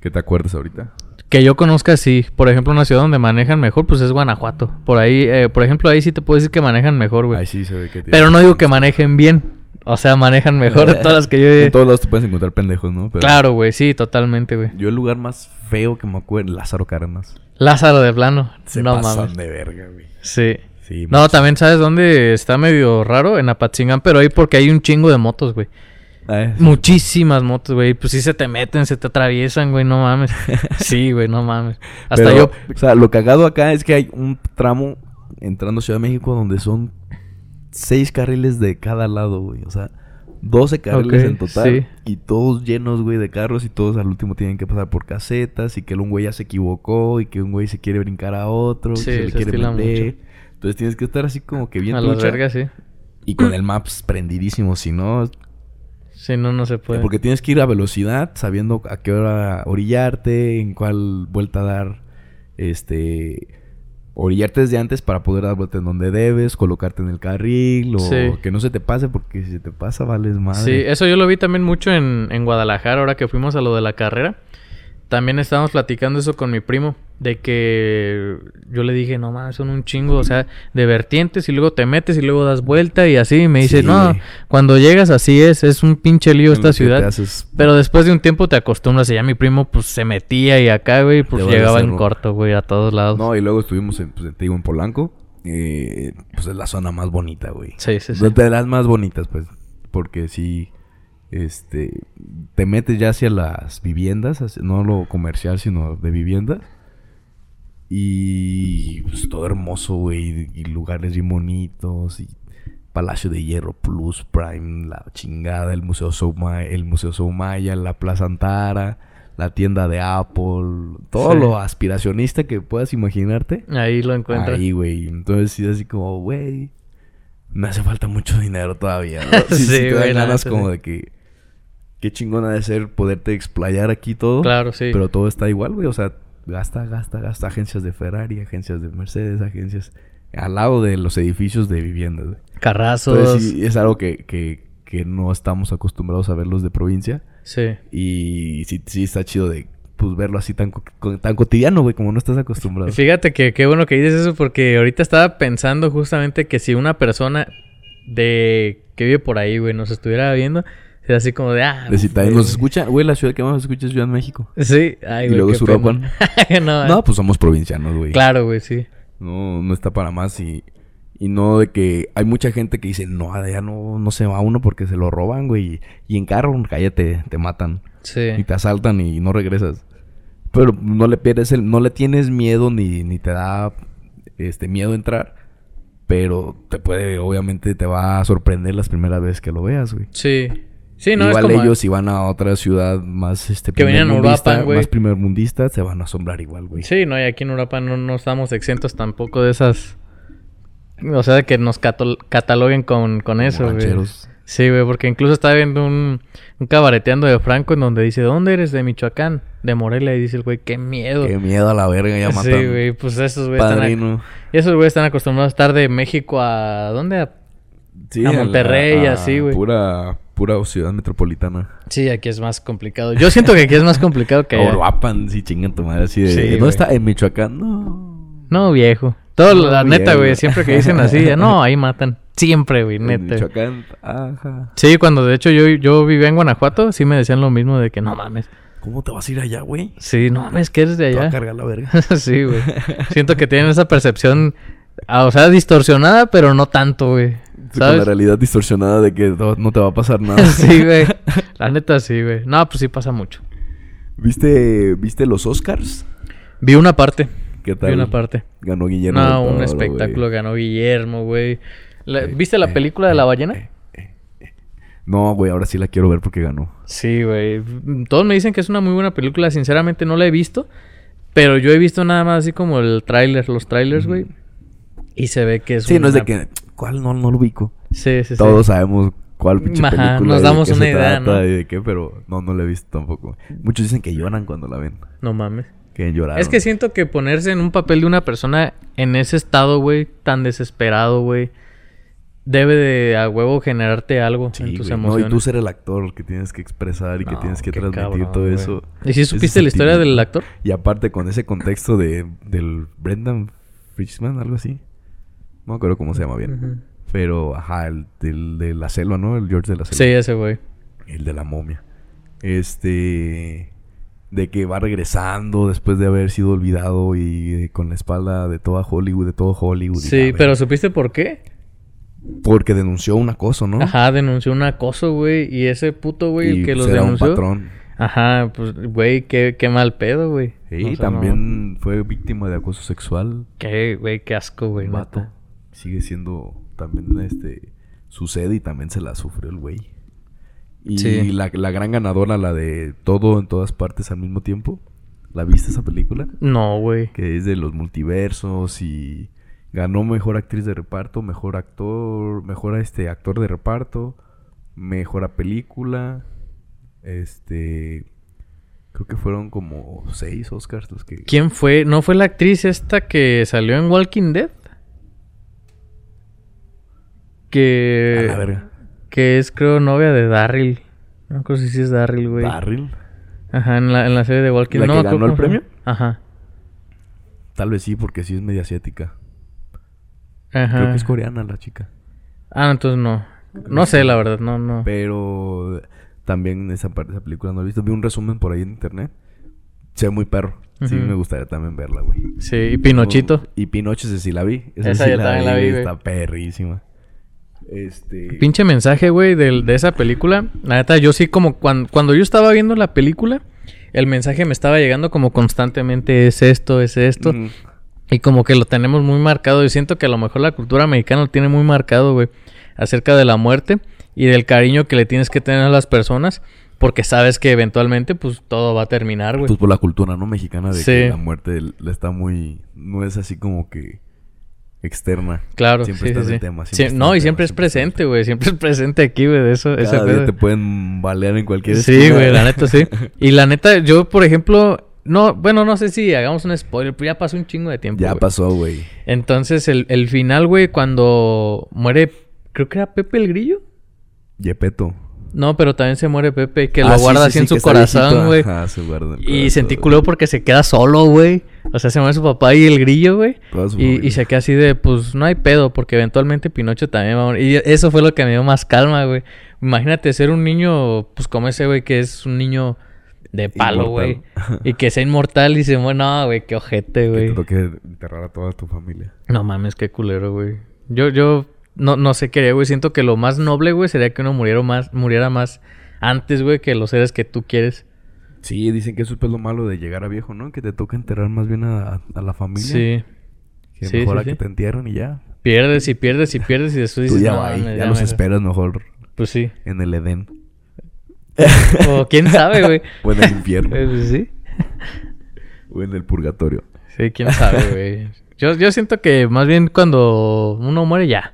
S1: ¿Qué te acuerdas ahorita?
S2: Que yo conozca, sí. Por ejemplo, una ciudad donde manejan mejor, pues es Guanajuato. Por ahí, eh, por ejemplo, ahí sí te puedo decir que manejan mejor, güey.
S1: Ahí sí se ve que. tiene-
S2: Pero no digo que manejen bien. O sea, manejan mejor de todas las que yo he...
S1: En todos lados te puedes encontrar pendejos, ¿no? Pero
S2: Claro, güey, sí, totalmente, güey.
S1: Yo el lugar más feo que me acuerdo, Lázaro Cárdenas.
S2: Lázaro de plano.
S1: Se
S2: no
S1: pasan
S2: mames.
S1: de verga, güey.
S2: Sí.
S1: Sí,
S2: No, también sabes dónde está medio raro en Apatzingán, pero ahí porque hay un chingo de motos, güey.
S1: Eh,
S2: Muchísimas motos, güey. Pues sí se te meten, se te atraviesan, güey, no mames. Sí, güey, no mames. Hasta
S1: Pero,
S2: yo.
S1: O sea, lo cagado acá es que hay un tramo entrando a Ciudad de México donde son seis carriles de cada lado, güey. O sea, 12 carriles
S2: Ok,
S1: en total.
S2: sí.
S1: Y todos llenos, güey, de carros. Y todos al último tienen que pasar por casetas. Y que un güey ya se equivocó. Y que un güey se quiere brincar a otro.
S2: Sí,
S1: que se le
S2: se
S1: quiere
S2: estila
S1: meter. Entonces tienes que estar así como que bien
S2: A la
S1: trucha
S2: verga, sí.
S1: Y con el maps prendidísimo. Si no,
S2: Sí, no, no se puede.
S1: porque tienes que ir a velocidad, sabiendo a qué hora orillarte, en cuál vuelta dar, este, orillarte desde antes para poder dar vuelta en donde debes, colocarte en el carril o
S2: Sí.
S1: que no se te pase porque si se te pasa vales
S2: Sí,
S1: madre.
S2: eso yo lo vi también mucho en, en Guadalajara, ahora que fuimos a lo de la carrera. También estábamos platicando eso con mi primo, de que yo le dije, no mames, son un chingo, o sea, de vertientes y luego te metes y luego das vuelta y así. Y me dice,
S1: Sí.
S2: no, cuando llegas así es, es un pinche lío
S1: En lo que
S2: esta
S1: te
S2: ciudad.
S1: haces-
S2: Pero después de un tiempo te acostumbras y ya mi primo pues se metía y acá, güey, pues
S1: Te vale
S2: llegaba
S1: cerro.
S2: en corto, güey, a todos lados.
S1: No, y luego estuvimos en, pues, te digo, en Polanco, eh, pues es la zona más bonita, güey.
S2: Sí, sí, sí.
S1: De- De las más bonitas, pues. Porque si este, te metes ya hacia las viviendas, hacia- no lo comercial, sino de viviendas. Y pues todo hermoso, güey. Y lugares bien bonitos. Y Palacio de Hierro Plus Prime, la chingada, el Museo Soumaya, el Museo Soumaya, la Plaza Antara. la tienda de Apple, todo
S2: Sí.
S1: lo aspiracionista que puedas imaginarte.
S2: Ahí lo encuentras.
S1: Ahí, güey. Entonces, sí, así como, güey, me hace falta mucho dinero todavía. ¿no? Sí, sí,
S2: Sí,
S1: te dan
S2: güey, la
S1: ganas
S2: neta,
S1: como
S2: sí.
S1: de que, qué chingona de ser poderte explayar aquí todo.
S2: Claro, sí.
S1: Pero todo está igual, güey. O sea, gasta, gasta, gasta. Agencias de Ferrari, agencias de Mercedes, agencias al lado de los edificios de viviendas, güey.
S2: Carrazos.
S1: Entonces, sí, es algo que, que, que no estamos acostumbrados a verlos de provincia.
S2: sí.
S1: Y sí, sí está chido de pues verlo así tan, co- co- tan cotidiano, güey, como no estás acostumbrado.
S2: Fíjate que qué bueno que dices eso porque ahorita estaba pensando justamente que si una persona de que vive por ahí, güey, nos estuviera viendo, sería así como de ah.
S1: De si también
S2: güey.
S1: nos escuchan, güey, la ciudad que más nos escucha es Ciudad de México.
S2: Sí, ay,
S1: Y
S2: güey.
S1: luego
S2: qué
S1: su
S2: pena.
S1: ropa,
S2: no, eh,
S1: No, pues somos provincianos, güey.
S2: Ah, claro, güey, sí.
S1: No, no está para más y, y no de que hay mucha gente que dice, no, allá no, no se va uno porque se lo roban, güey. Y en carro, cállate, te matan.
S2: Sí.
S1: Y te asaltan y no regresas. Pero no le pierdes el, no le tienes miedo ni, ni te da este miedo entrar. Pero te puede, obviamente te va a sorprender las primeras veces que lo veas, güey.
S2: Sí. Sí, no
S1: igual
S2: es como
S1: ellos si van a otra ciudad más este
S2: Que venían a
S1: primermundista-
S2: Uruapan, güey.
S1: más primermundista, se van a asombrar igual, güey.
S2: Sí, no, y aquí en Europa no, no estamos exentos tampoco de esas. O sea, de que nos catol- cataloguen con, con
S1: Como
S2: eso, güey.
S1: rancheros.
S2: Sí, güey, porque incluso estaba viendo un, un cabareteando de Franco en donde dice, ¿dónde eres? De Michoacán, de Morelia. Y dice el güey, qué miedo.
S1: Qué miedo a la verga, ya matan.
S2: sí, güey, pues esos güey están, ac-
S1: Padrino.
S2: esos güey están acostumbrados a estar de México a... ¿Dónde? A-
S1: Sí,
S2: a
S1: la-
S2: Monterrey, así, güey.
S1: Pura, pura ciudad metropolitana.
S2: Sí, aquí es más complicado. Yo siento que aquí es más complicado que
S1: A
S2: allá.
S1: Uruapan, sí, chingan tu madre, así de...
S2: Sí,
S1: ¿Dónde
S2: güey.
S1: está? En Michoacán, no.
S2: No, viejo. Todo,
S1: No,
S2: la neta,
S1: viejo.
S2: güey, siempre que dicen así, ya, no, ahí matan. Siempre, güey,
S1: En
S2: neta. güey.
S1: Michoacán, ajá.
S2: Sí, cuando de hecho yo, yo vivía en Guanajuato, sí me decían lo mismo de que no mames.
S1: ¿Cómo te vas a ir allá, güey?
S2: Sí, no mames, que eres de
S1: Te va a
S2: allá.
S1: cargar la verga.
S2: sí, güey. Siento que tienen esa percepción, ah, o sea, distorsionada, pero no tanto, güey.
S1: Con la
S2: ¿Sabes?
S1: realidad distorsionada de que no, no te va a pasar nada.
S2: sí, güey. La neta, sí, güey. No, pues sí pasa mucho.
S1: ¿Viste, ¿Viste los Oscars?
S2: Vi una parte.
S1: ¿Qué tal?
S2: Vi una parte.
S1: Ganó Guillermo del
S2: No, un
S1: Toro,
S2: espectáculo
S1: güey.
S2: ganó Guillermo, güey. La-
S1: Eh,
S2: ¿Viste la
S1: eh,
S2: película de la
S1: eh,
S2: ballena?
S1: No, güey, ahora sí la quiero ver porque ganó.
S2: Sí, güey. Todos me dicen que es una muy buena película. Sinceramente no la he visto. Pero yo he visto nada más así como el tráiler, los trailers, güey. Y se ve que es
S1: sí, no es de
S2: una-
S1: que... ¿Cuál? No, no lo ubico.
S2: Sí, sí, sí.
S1: Todos sabemos cuál pinche
S2: Ajá,
S1: película
S2: nos
S1: y de
S2: damos
S1: qué
S2: una
S1: se
S2: idea,
S1: trata
S2: ¿no?
S1: y de qué, pero no, no la he visto tampoco. Muchos dicen que lloran cuando la ven.
S2: No mames.
S1: Que lloraron.
S2: Es que siento que ponerse en un papel de una persona en ese estado, güey, tan desesperado, güey, debe de a huevo generarte algo
S1: Sí,
S2: en tus
S1: güey.
S2: emociones.
S1: No, y tú ser el actor que tienes que expresar y que
S2: No,
S1: tienes que
S2: qué
S1: transmitir
S2: cabrón,
S1: todo
S2: güey.
S1: eso.
S2: ¿Y si
S1: ese
S2: supiste la historia
S1: sentimiento.
S2: del actor?
S1: Y aparte con ese contexto de, del Brendan Fishman, algo así. No me acuerdo cómo se llama bien.
S2: Ujú.
S1: Pero, ajá, el del- de la selva, ¿no? El George de la selva.
S2: Sí, ese güey.
S1: El de la momia. Este. De que va regresando después de haber sido olvidado y eh, con la espalda de toda Hollywood, de todo Hollywood. y
S2: Sí,
S1: la
S2: pero
S1: verga.
S2: ¿supiste por qué?
S1: Porque denunció un acoso, ¿no?
S2: Ajá, denunció un acoso, güey. Y ese puto, güey,
S1: Y,
S2: el que
S1: pues,
S2: los
S1: era
S2: denunció.
S1: un patrón.
S2: Ajá, pues, güey, qué, qué mal pedo, güey.
S1: Y
S2: O sea, no.
S1: también fue víctima de acoso sexual.
S2: Qué, güey, qué asco, güey.
S1: el vato.
S2: neta.
S1: Sigue siendo también este. Sucede y también se la sufrió el güey. Y
S2: Sí.
S1: la, la gran ganadora, la de todo en todas partes al mismo tiempo. ¿La viste esa película?
S2: No, güey.
S1: que es de los multiversos y ganó mejor actriz de reparto, mejor actor, mejor este actor de reparto, mejor a película, este creo que fueron como seis Oscars los que
S2: ¿Quién fue? ¿No fue la actriz esta que salió en Walking Dead?
S1: a
S2: Que.
S1: la verga.
S2: Que es, creo, novia de Darryl. No creo si sí es Darryl, güey.
S1: Darryl,
S2: Ajá, en la, en la serie de Walking
S1: ¿La
S2: Dead. No
S1: que
S2: me acuerdo
S1: ganó el
S2: cómo se llama.
S1: premio?
S2: Ajá.
S1: tal vez sí porque sí es media asiática.
S2: Ajá.
S1: Creo que es coreana la chica,
S2: Ah, entonces no. No sé, la verdad, no, no.
S1: pero también esa parte de esa película no la he visto, vi un resumen por ahí en internet. Se ve muy perro. Sí,
S2: Ujú.
S1: me gustaría también verla, güey.
S2: Sí, y Pinochito.
S1: Y Pinocho, esa sí la vi.
S2: Esa
S1: sí
S2: yo también la vi,
S1: güey,
S2: güey.
S1: Está perrísima. Este.
S2: Pinche mensaje, güey, del- de, esa película. La neta, yo sí como cuando, cuando yo estaba viendo la película, el mensaje me estaba llegando como constantemente es esto, es esto.
S1: Ujú.
S2: Y como que lo tenemos muy marcado. Yo siento que a lo mejor la cultura mexicana lo tiene muy marcado, güey. Acerca de la muerte y del cariño que le tienes que tener a las personas. Porque sabes que eventualmente, pues, todo va a terminar, güey.
S1: Pues por la cultura, ¿no? Mexicana de
S2: Sí.
S1: que la muerte le está muy... No es así como que externa.
S2: Claro,
S1: Siempre
S2: sí,
S1: está
S2: sí,
S1: en
S2: sí.
S1: tema.
S2: Sí,
S1: está
S2: no,
S1: en
S2: y
S1: tema,
S2: siempre es
S1: está en
S2: presente, güey. Siempre es presente aquí, güey, de eso.
S1: tema.
S2: ese
S1: Cada día
S2: pedo.
S1: te pueden balear en cualquier
S2: Sí,
S1: esquina.
S2: güey, la neta sí. Y la neta, yo, por ejemplo, no, bueno, no sé si hagamos un spoiler, pero ya pasó un chingo de tiempo.
S1: Ya
S2: güey.
S1: pasó, güey.
S2: Entonces, el, el final, güey, cuando muere, creo que era Pepe el Grillo.
S1: Yepeto.
S2: No, pero también se muere Pepe, que
S1: Ah,
S2: lo
S1: sí,
S2: guarda
S1: sí,
S2: así
S1: sí,
S2: en
S1: que
S2: su
S1: está
S2: corazón,
S1: viejito.
S2: güey.
S1: Ajá, se guarda en el
S2: Y
S1: corazón,
S2: sentí
S1: güey.
S2: culo porque se queda solo, güey. O sea, se muere su papá y el grillo, güey.
S1: Toda su
S2: Y,
S1: familia.
S2: y se queda así de, pues no hay pedo, porque eventualmente Pinocho también va a morir. Y eso fue lo que me dio más calma, güey. Imagínate ser un niño, pues como ese, güey, que es un niño de palo, güey.
S1: Inmortal.
S2: Y que sea inmortal y se muere. No, güey, qué ojete,
S1: Que te
S2: güey.
S1: toque enterrar a toda tu familia.
S2: No mames, qué culero, güey. Yo, yo no, no sé qué haría, güey. Siento que lo más noble, güey, sería que uno muriera más, muriera más antes, güey, que los seres que tú quieres.
S1: Sí, dicen que eso es pues, lo malo de llegar a viejo, ¿no? Que te toca enterrar más bien a, a la familia.
S2: Sí.
S1: Que
S2: Sí,
S1: mejor
S2: sí,
S1: a que
S2: sí.
S1: te entierren y ya.
S2: Pierdes y pierdes y pierdes y después
S1: Tú
S2: dices,
S1: ya,
S2: "No,
S1: va, ahí,
S2: mames,
S1: ya los
S2: me-
S1: esperas mejor
S2: Pues sí.
S1: en el Edén
S2: O quién sabe, güey.
S1: o en el
S2: Eh,
S1: infierno
S2: pues sí.
S1: o en el purgatorio.
S2: Sí, quién sabe, güey. Yo, yo siento que más bien cuando uno muere ya.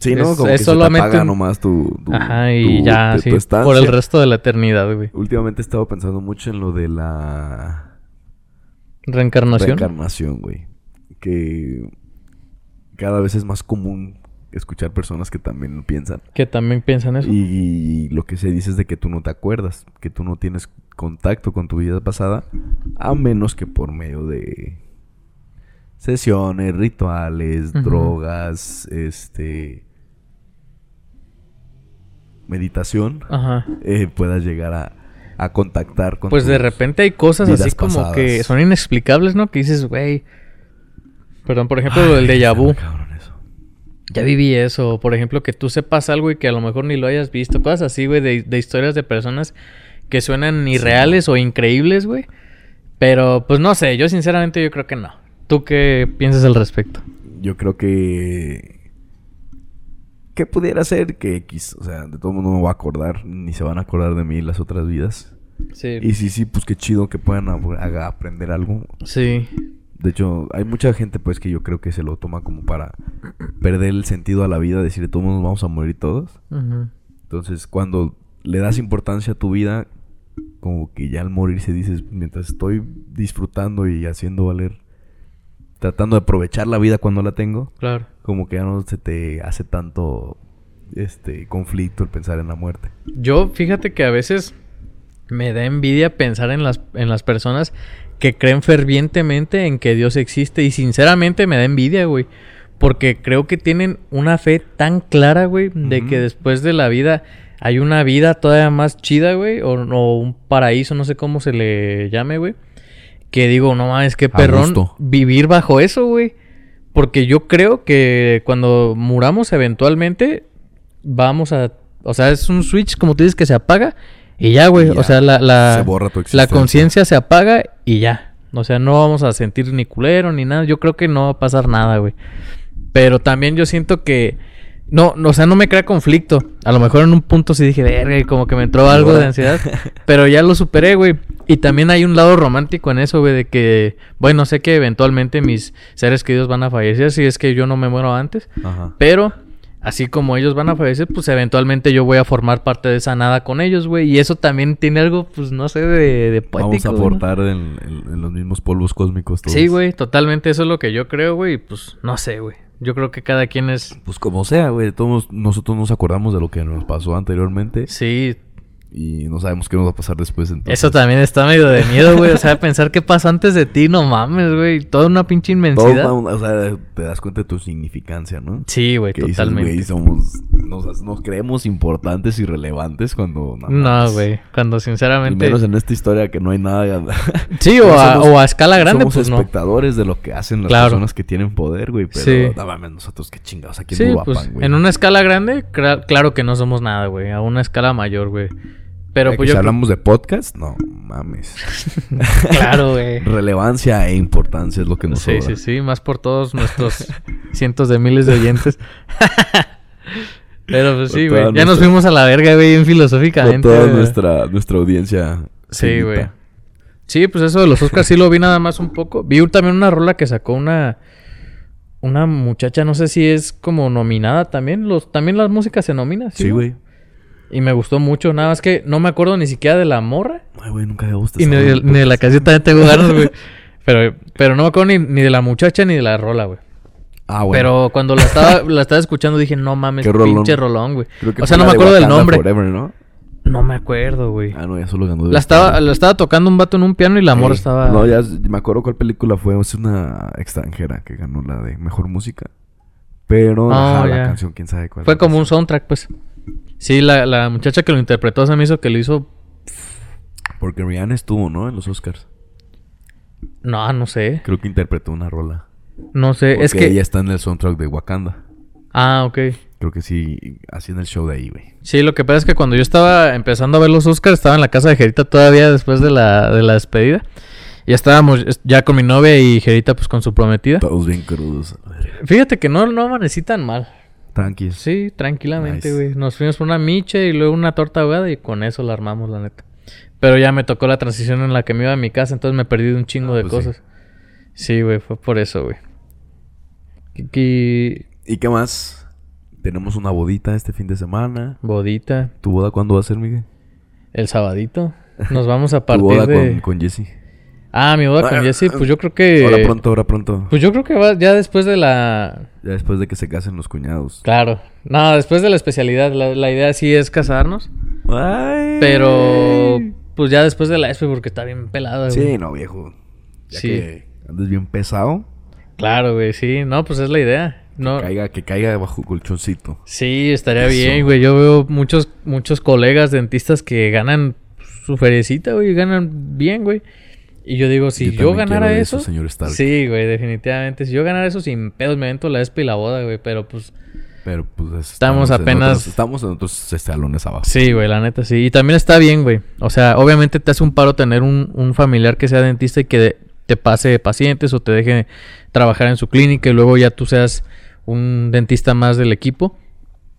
S1: Sí, ¿no?
S2: Es-
S1: Como
S2: es
S1: que se te
S2: solamente
S1: apaga
S2: un-
S1: nomás tu, tu-
S2: Ajá, y
S1: tu-
S2: ya,
S1: tu- tu
S2: sí. por el
S1: estancia.
S2: resto de la eternidad, güey.
S1: Últimamente he estado pensando mucho en lo de la
S2: Reencarnación.
S1: Reencarnación, güey. Que cada vez es más común escuchar personas que también lo piensan.
S2: que también piensan eso.
S1: Y lo que se dice es de que tú no te acuerdas, que tú no tienes contacto con tu vida pasada, a menos que por medio de sesiones, rituales,
S2: Ujú.
S1: drogas, este meditación,
S2: Ajá.
S1: eh, puedas llegar a, a contactar con
S2: Pues de
S1: tus-
S2: repente hay cosas
S1: vidas
S2: así como
S1: pasadas.
S2: que son inexplicables, ¿no? Que dices, güey. Perdón, por ejemplo, lo del
S1: Ay,
S2: déjà
S1: está muy
S2: vu.
S1: cabrón eso.
S2: Ya viví eso. Por ejemplo, que tú sepas algo y que a lo mejor ni lo hayas visto. Cosas así, güey, de, de historias de personas que suenan irreales o increíbles, güey. Pero, pues no sé, yo sinceramente yo creo que no. ¿Tú qué piensas al respecto?
S1: Yo creo que. ¿Qué pudiera ser? Que X. O sea, de todo mundo me va a acordar. Ni se van a acordar de mí las otras vidas.
S2: Sí.
S1: Y sí, sí, pues qué chido que puedan ab- haga- aprender algo.
S2: Sí.
S1: De hecho, hay mucha gente, pues, que yo creo que se lo toma como para perder el sentido a la vida. Decir, de todos nos vamos a morir todos.
S2: Ujú.
S1: Entonces, cuando le das importancia a tu vida, como que ya al morirse dices, mientras estoy disfrutando y haciendo valer. Tratando de aprovechar la vida cuando la tengo
S2: Claro.
S1: como que ya no se te hace tanto este conflicto el pensar en la muerte.
S2: Yo, fíjate que a veces me da envidia pensar en las, en las personas que creen fervientemente en que Dios existe. Y sinceramente me da envidia, güey. Porque creo que tienen una fe tan clara, güey, de que
S1: Ujú.
S2: después de la vida hay una vida todavía más chida, güey. O, o un paraíso, no sé cómo se le llame, güey. Que digo, no mames, qué
S1: A
S2: perrón
S1: gusto.
S2: vivir bajo eso, güey. Porque yo creo que cuando muramos eventualmente, vamos a... O sea, es un switch, como tú dices, que se apaga y ya, güey.
S1: Y ya.
S2: O sea, la, la,
S1: Se borra tu
S2: la
S1: existencia.
S2: conciencia se apaga y ya. O sea, no vamos a sentir ni culero ni nada. Yo creo que no va a pasar nada, güey. Pero también yo siento que... No, no, o sea, no me crea conflicto. A lo mejor en un punto sí dije, verga, y como que me entró algo de
S1: Ahora.
S2: ansiedad. Pero ya lo superé, güey. Y también hay un lado romántico en eso, güey, de que, bueno, sé que eventualmente mis seres queridos van a fallecer si es que yo no me muero antes.
S1: Ajá.
S2: Pero, así como ellos van a fallecer, pues eventualmente yo voy a formar parte de esa nada con ellos, güey. Y eso también tiene algo, pues no sé, de, de poético.
S1: Vamos a
S2: güey, ¿no?
S1: aportar en, en- en los mismos polvos cósmicos todos.
S2: Sí, güey, totalmente eso es lo que yo creo, güey. y Pues no sé, güey. Yo creo que cada quien es.
S1: Pues como sea, güey, de todos nosotros nos acordamos de lo que nos pasó anteriormente
S2: Sí,
S1: y no sabemos qué nos va a pasar después entonces.
S2: eso también está medio de miedo, güey. O sea, pensar qué pasó antes de ti, no mames, güey. Toda una pinche
S1: Todo
S2: inmensidad.
S1: va un- o sea, te das cuenta de tu significancia, ¿no?
S2: Sí, güey,
S1: Que dices,
S2: totalmente.
S1: güey, somos nos, nos creemos importantes y relevantes cuando no,
S2: no,
S1: mames.
S2: güey. Cuando
S1: Y
S2: sinceramente.
S1: menos en esta historia que no hay nada
S2: Sí, o,
S1: No
S2: a,
S1: somos-
S2: o a escala grande,
S1: somos
S2: pues no.
S1: espectadores de lo que hacen las
S2: Claro.
S1: personas que tienen poder, güey. Pero
S2: Sí.
S1: no mames, nosotros qué chingados. ¿A quién
S2: Sí,
S1: nos vapan,
S2: pues
S1: güey?
S2: en una escala grande, cra- claro que no somos nada, güey. A una escala mayor, güey.
S1: Ya
S2: Pero
S1: que
S2: pues
S1: si
S2: yo. creo-
S1: hablamos de podcast, no mames.
S2: Claro, güey.
S1: Relevancia e importancia es lo que nos
S2: Sí, sí,
S1: sobra.
S2: sí. Más por todos nuestros cientos de miles de oyentes. Pero pues sí,
S1: Por
S2: güey.
S1: toda
S2: Ya nos
S1: nuestra-
S2: fuimos a la verga, güey, bien filosóficamente.
S1: Con toda
S2: güey.
S1: nuestra, nuestra audiencia.
S2: Sí,
S1: seguita.
S2: güey. Sí, pues eso de los Oscars sí lo vi nada más un poco. Vi también una rola que sacó una una muchacha, no sé si es como nominada también. Los, también las músicas se nominan,
S1: Sí, güey.
S2: Y me gustó mucho, nada más que no me acuerdo ni siquiera de la morra.
S1: Ay, güey, nunca me gusta.
S2: Y ni,
S1: esa
S2: de-
S1: madre.
S2: ni de la canción también tengo ganas, güey. Pero, pero no me acuerdo ni, ni de la muchacha ni de la rola, güey.
S1: Ah, bueno.
S2: Pero cuando la estaba, la estaba escuchando dije, no mames,
S1: Qué rolón.
S2: pinche rolón, güey.
S1: Creo que
S2: O sea,
S1: fue la
S2: no me
S1: de
S2: acuerdo del
S1: Wakanda
S2: nombre.
S1: Forever, ¿no?
S2: No me acuerdo, güey.
S1: Ah, no, ya solo ganó. de-
S2: La estaba, la estaba tocando un vato en un piano y la morra
S1: Sí.
S2: estaba...
S1: No, ya s- me acuerdo cuál película fue. Es una extranjera que ganó la de mejor música. Pero
S2: Ah,
S1: ajá,
S2: ya.
S1: la canción, quién sabe cuál.
S2: Fue como un soundtrack, pues. Sí, la, la muchacha que lo interpretó se me hizo que lo hizo.
S1: Porque Rihanna estuvo, ¿no? En los Oscars.
S2: No, no sé.
S1: Creo que interpretó una rola.
S2: No sé. Es
S1: Porque
S2: que.
S1: ella está en el soundtrack de Wakanda.
S2: Ah, ok.
S1: Creo que sí, hacían el show de ahí, güey.
S2: Sí, lo que pasa es que cuando yo estaba empezando a ver los Oscars, estaba en la casa de Gerita todavía después de la, de la despedida. Ya estábamos es- ya con mi novia y Gerita, pues con su prometida.
S1: Todos bien crudos. a la verga.
S2: Fíjate que no, no amanecí tan mal.
S1: Tranquis.
S2: Sí, tranquilamente,
S1: Nice.
S2: güey. Nos fuimos por una miche y luego una torta ahogada y con eso la armamos, la neta. Pero ya me tocó la transición en la que me iba a mi casa, entonces me perdí de un chingo
S1: Ah,
S2: de
S1: pues sí.
S2: cosas. Sí, güey, fue por eso, güey. Que- que-
S1: ¿Y qué más? Tenemos una bodita este fin de semana.
S2: Bodita,
S1: ¿Tu boda cuándo va a ser, Miguel?
S2: el sabadito. Nos vamos a
S1: tu
S2: partir
S1: boda
S2: de...
S1: con, con Jesse.
S2: Ah, mi boda con Jesse, pues yo creo que...
S1: Ahora pronto, ahora pronto.
S2: Pues yo creo que va ya después de la...
S1: Ya después de que se casen los cuñados.
S2: Claro. No, después de la especialidad. La, la idea sí es casarnos.
S1: Ay.
S2: Pero... Pues ya después de la ESPE porque está bien pelada, güey.
S1: Sí, no, viejo. Ya
S2: Sí.
S1: que andes bien pesado.
S2: Claro, güey, sí. No, pues es la idea. No,
S1: Caiga, que caiga bajo colchoncito.
S2: sí, estaría
S1: Eso.
S2: bien, güey. Yo veo muchos, muchos colegas dentistas que ganan su feriecita, güey, y ganan bien, güey. Y yo digo, si yo,
S1: también
S2: ganara
S1: quiero de
S2: eso.
S1: señor Stark.
S2: sí, güey, definitivamente. Si yo ganara eso sin pedos, me avento la espa y la boda, güey. Pero pues,
S1: Pero pues
S2: Estamos
S1: en
S2: apenas-
S1: otros- estamos en otros escalones abajo.
S2: sí, güey, la neta, sí. Y también está bien, güey. O sea, obviamente te hace un paro tener un, un familiar que sea dentista y que de- te pase pacientes o te deje trabajar en su clínica y luego ya tú seas un dentista más del equipo.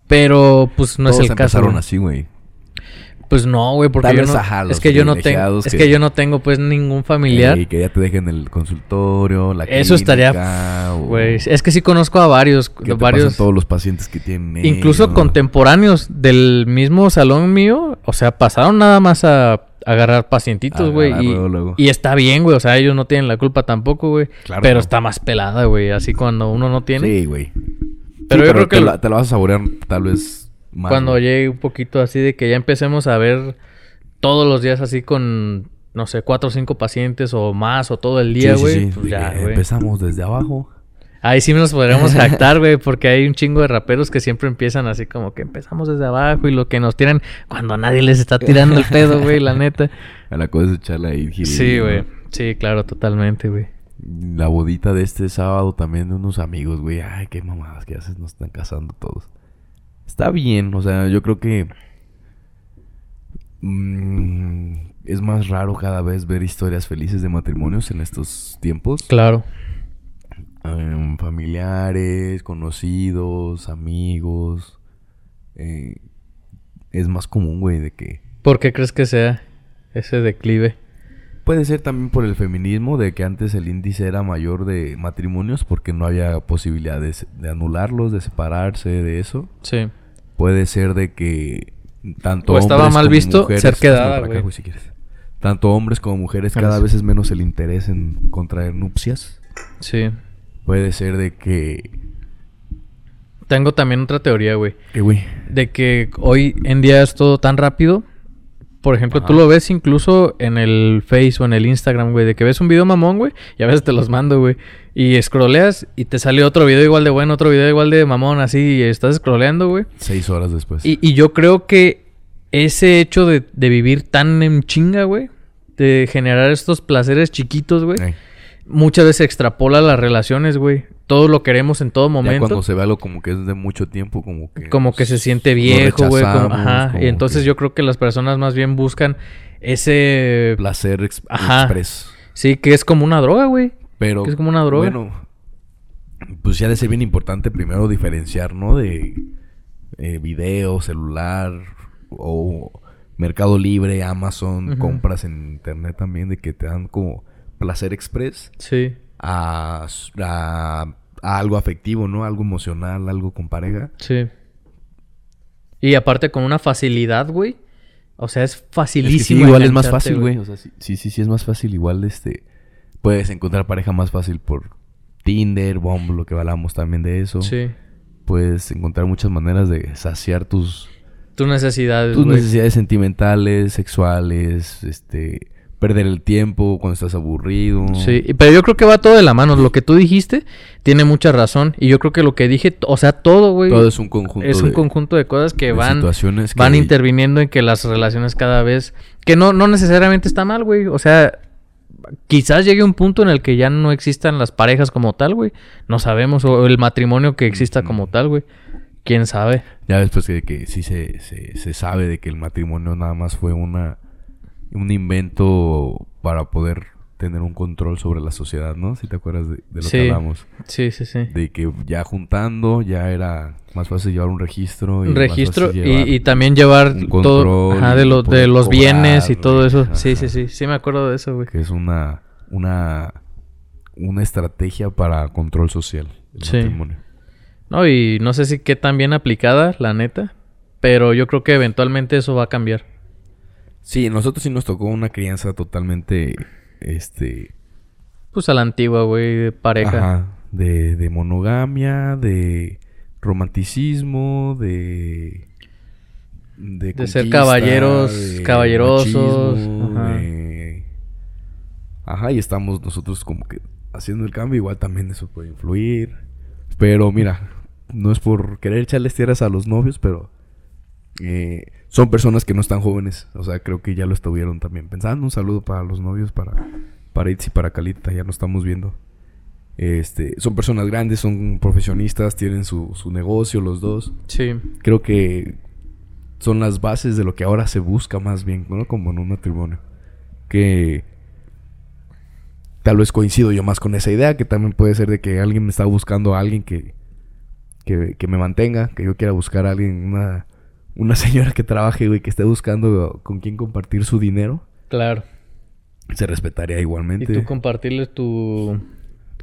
S2: Pero pues no
S1: Todos
S2: es el caso.
S1: empezaron
S2: güey.
S1: así, güey.
S2: Pues no, güey, porque
S1: Tal
S2: yo
S1: vez,
S2: no,
S1: ajá,
S2: es
S1: los
S2: que yo no tengo,
S1: privilegiados
S2: es
S1: que-
S2: que yo no tengo pues ningún familiar.
S1: Y que ya te dejen el consultorio, la
S2: Eso estaría,
S1: clínica, o-
S2: güey, es que sí conozco a varios,
S1: que te
S2: varios,
S1: pasen todos los pacientes que tienen.
S2: incluso
S1: ellos.
S2: contemporáneos del mismo salón mío, o sea, pasaron nada más a, agarrar pacientitos, güey,
S1: Agarrar
S2: y,
S1: luego, luego.
S2: y está bien, güey, o sea, ellos no tienen la culpa tampoco, güey,
S1: Claro que
S2: pero
S1: no.
S2: está más pelada, güey, así cuando uno no tiene,
S1: Sí, güey.
S2: pero
S1: Sí,
S2: yo creo que
S1: te,
S2: lo-
S1: la, te la vas a saborear tal vez más.
S2: cuando
S1: güey.
S2: llegue un poquito así de que ya empecemos a ver todos los días así con no sé cuatro o cinco pacientes o más o todo el día,
S1: Sí, sí,
S2: güey.
S1: sí.
S2: pues
S1: De
S2: ya,
S1: que
S2: güey.
S1: Empezamos desde abajo.
S2: Ahí sí nos podríamos jactar, güey, porque hay un chingo de raperos que siempre empiezan así como que empezamos desde abajo y lo que nos tiran cuando nadie les está tirando el pedo, güey, la neta.
S1: A la cosa es echarla ahí. gil-
S2: Sí, güey. Sí, claro, totalmente, güey.
S1: La bodita de este sábado también de unos amigos, güey. Ay, qué mamadas que haces, nos están casando todos. Está bien, o sea, yo creo que. mm, es más raro cada vez ver historias felices de matrimonios en estos tiempos.
S2: Claro.
S1: em, familiares, conocidos, amigos. eh, es más común, güey, de que.
S2: ¿Por qué crees que sea ese declive?
S1: Puede ser también por el feminismo, de que antes el índice era mayor de matrimonios porque no había posibilidad de, se- de anularlos, de separarse de eso.
S2: Sí.
S1: Puede ser de que tanto
S2: O estaba
S1: hombres
S2: mal
S1: como
S2: visto
S1: mujeres-
S2: ser quedada,
S1: Hazme para acá,
S2: güey.
S1: si quieres. Tanto hombres como mujeres cada
S2: Gracias.
S1: vez es menos el interés en contraer nupcias.
S2: Sí.
S1: Puede ser de que...
S2: Tengo también otra teoría, Eh, güey.
S1: que, güey,
S2: de que hoy en día es todo tan rápido. Por ejemplo, tú
S1: Ajá.
S2: lo ves incluso en el Face o en el Instagram, güey, de que ves un video mamón, güey, y a veces te los mando, güey, y scrolleas y te sale otro video igual de bueno, otro video igual de mamón, así, y estás scrolleando, güey.
S1: seis horas después.
S2: Y, y yo creo que ese hecho de, de vivir tan en chinga, güey, de generar estos placeres chiquitos, güey,
S1: Eh,
S2: muchas veces extrapola las relaciones, güey. Todo lo queremos en todo
S1: ya
S2: momento.
S1: cuando se ve algo como que es de mucho tiempo, como que...
S2: Como que se siente
S1: lo
S2: viejo, güey. como-
S1: rechazamos,
S2: Ajá.
S1: como
S2: Y entonces
S1: que-
S2: yo creo que las personas más bien buscan ese...
S1: Placer ex-
S2: Ajá.
S1: express.
S2: Sí, que es como una droga, güey.
S1: Pero.
S2: Que es como una droga.
S1: Bueno, pues ya de ser bien importante primero diferenciar, ¿no? De eh, video, celular o Mercado Libre, Amazon,
S2: Ujú.
S1: compras en internet también de que te dan como placer express
S2: Sí.
S1: a, a- a algo afectivo, ¿no? Algo emocional, algo con pareja.
S2: Sí. Y aparte con una facilidad, güey. O sea, es
S1: Es que sí,
S2: facilísimo.
S1: igual es más
S2: engancharte,
S1: fácil, güey. O sea, sí, sí, sí, sí es más fácil. Igual, este, puedes encontrar pareja más fácil por Tinder, Bumble, lo que hablamos también de eso.
S2: Sí.
S1: Puedes encontrar muchas maneras de saciar tus,
S2: Tus necesidades,
S1: tus
S2: Pues, güey.
S1: necesidades sentimentales, sexuales, este, perder el tiempo cuando estás aburrido.
S2: Sí, y- pero yo creo que va todo de la mano. Lo que tú dijiste tiene mucha razón. Y yo creo que lo que dije, o sea, todo, güey.
S1: Todo es un conjunto
S2: es un
S1: de,
S2: conjunto de cosas que
S1: de
S2: van,
S1: situaciones que-
S2: van interviniendo en que las relaciones cada vez. Que no, no necesariamente está mal, güey. O sea, quizás llegue un punto en el que ya no existan las parejas como tal, güey. No sabemos. O el matrimonio que exista como tal, güey. Quién sabe.
S1: Ya después que, que sí se, se, se sabe de que el matrimonio nada más fue una un invento para poder tener un control sobre la sociedad, ¿no? Si te acuerdas de, de lo
S2: Sí.
S1: que hablamos.
S2: Sí, sí, sí.
S1: De que ya juntando ya era más fácil llevar un registro. Y más
S2: registro
S1: fácil llevar-
S2: y, y también llevar
S1: un
S2: todo
S1: control
S2: ajá,
S1: y
S2: de, los de
S1: poder
S2: los
S1: cobrar,
S2: bienes y todo
S1: güey.
S2: eso.
S1: Ajá.
S2: Sí, sí, sí. Sí me acuerdo de eso, güey.
S1: Que es una, una, una estrategia para control social. El
S2: Sí.
S1: matrimonio.
S2: No, y no sé si qué tan bien aplicada, la neta. Pero yo creo que eventualmente eso va a cambiar.
S1: Sí, nosotros sí nos tocó una crianza totalmente, este...
S2: Pues a la antigua, güey, de pareja.
S1: Ajá, de, de monogamia, de romanticismo, de... De,
S2: ser
S1: conquista,
S2: caballeros, caballerosos,
S1: machismo,
S2: ajá.
S1: de- Ajá, y estamos nosotros como que haciendo el cambio, igual también eso puede influir. Pero mira, no es por querer echarles tierras a los novios, pero eh, son personas que no están jóvenes. O sea, creo que ya lo estuvieron también pensando. Un saludo para los novios, para, para Itz y para Calita, ya nos estamos viendo. Este, son personas grandes, son profesionistas, tienen su, su negocio los dos.
S2: Sí.
S1: Creo que son las bases de lo que ahora se busca más bien, ¿no? Como en un matrimonio. Que tal vez coincido yo más con esa idea, que también puede ser de que alguien me está buscando a alguien que, que, que me mantenga, que yo quiera buscar a alguien, una, una señora que trabaje, güey, que esté buscando con quién compartir su dinero.
S2: Claro.
S1: Se respetaría
S2: Y
S1: igualmente.
S2: tú compartirle tu...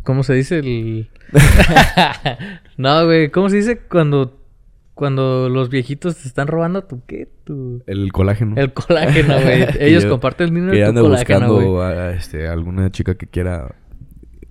S2: ¿Cómo se dice? El... no, güey. ¿Cómo se dice cuando... Cuando los viejitos te están robando tu qué? Tu...
S1: El colágeno.
S2: El colágeno, güey.
S1: Que
S2: Ellos
S1: yo-
S2: comparten el dinero
S1: que
S2: de tu
S1: anda
S2: colágeno, güey.
S1: buscando a, a, este, alguna chica que quiera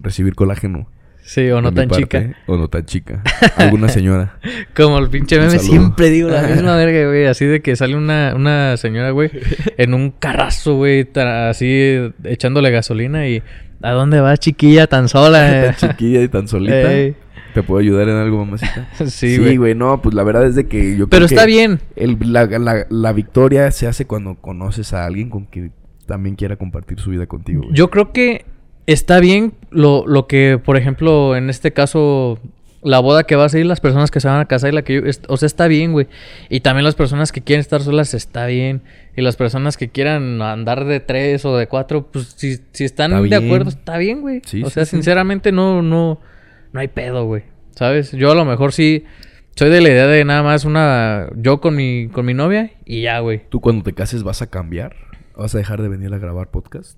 S1: recibir colágeno.
S2: Sí, o no
S1: de mi
S2: tan
S1: parte,
S2: chica.
S1: O no tan chica. Alguna señora.
S2: Como el pinche
S1: Un
S2: meme,
S1: saludo.
S2: siempre digo la misma verga, güey. Así de que sale una, una señora, güey, en un carrazo, güey, tra- así eh, echándole gasolina y... ¿A dónde vas, chiquilla, tan sola?
S1: tan chiquilla y tan solita.
S2: Ey.
S1: ¿Te puedo ayudar en algo, mamacita?
S2: Sí, güey.
S1: No, pues la verdad es de que yo
S2: Pero
S1: creo que
S2: está bien.
S1: el- la, la- la victoria se hace cuando conoces a alguien con que también quiera compartir su vida contigo. güey.
S2: Yo creo que está bien lo, lo que, por ejemplo, en este caso, la boda que va a ir, las personas que se van a casar y la que yo... es- o sea, está bien, güey. Y también las personas que quieren estar solas, está bien. Y las personas que quieran andar de tres o de cuatro, pues si, si están
S1: Está
S2: de
S1: bien.
S2: acuerdo, está bien, güey.
S1: Sí,
S2: o
S1: sí,
S2: sea,
S1: sí.
S2: sinceramente no, no, no hay pedo, güey. ¿Sabes? Yo a lo mejor sí... Soy de la idea de nada más una... Yo con mi, con mi novia y ya, güey.
S1: ¿Tú cuando te cases vas a cambiar? ¿Vas a dejar de venir a grabar podcast?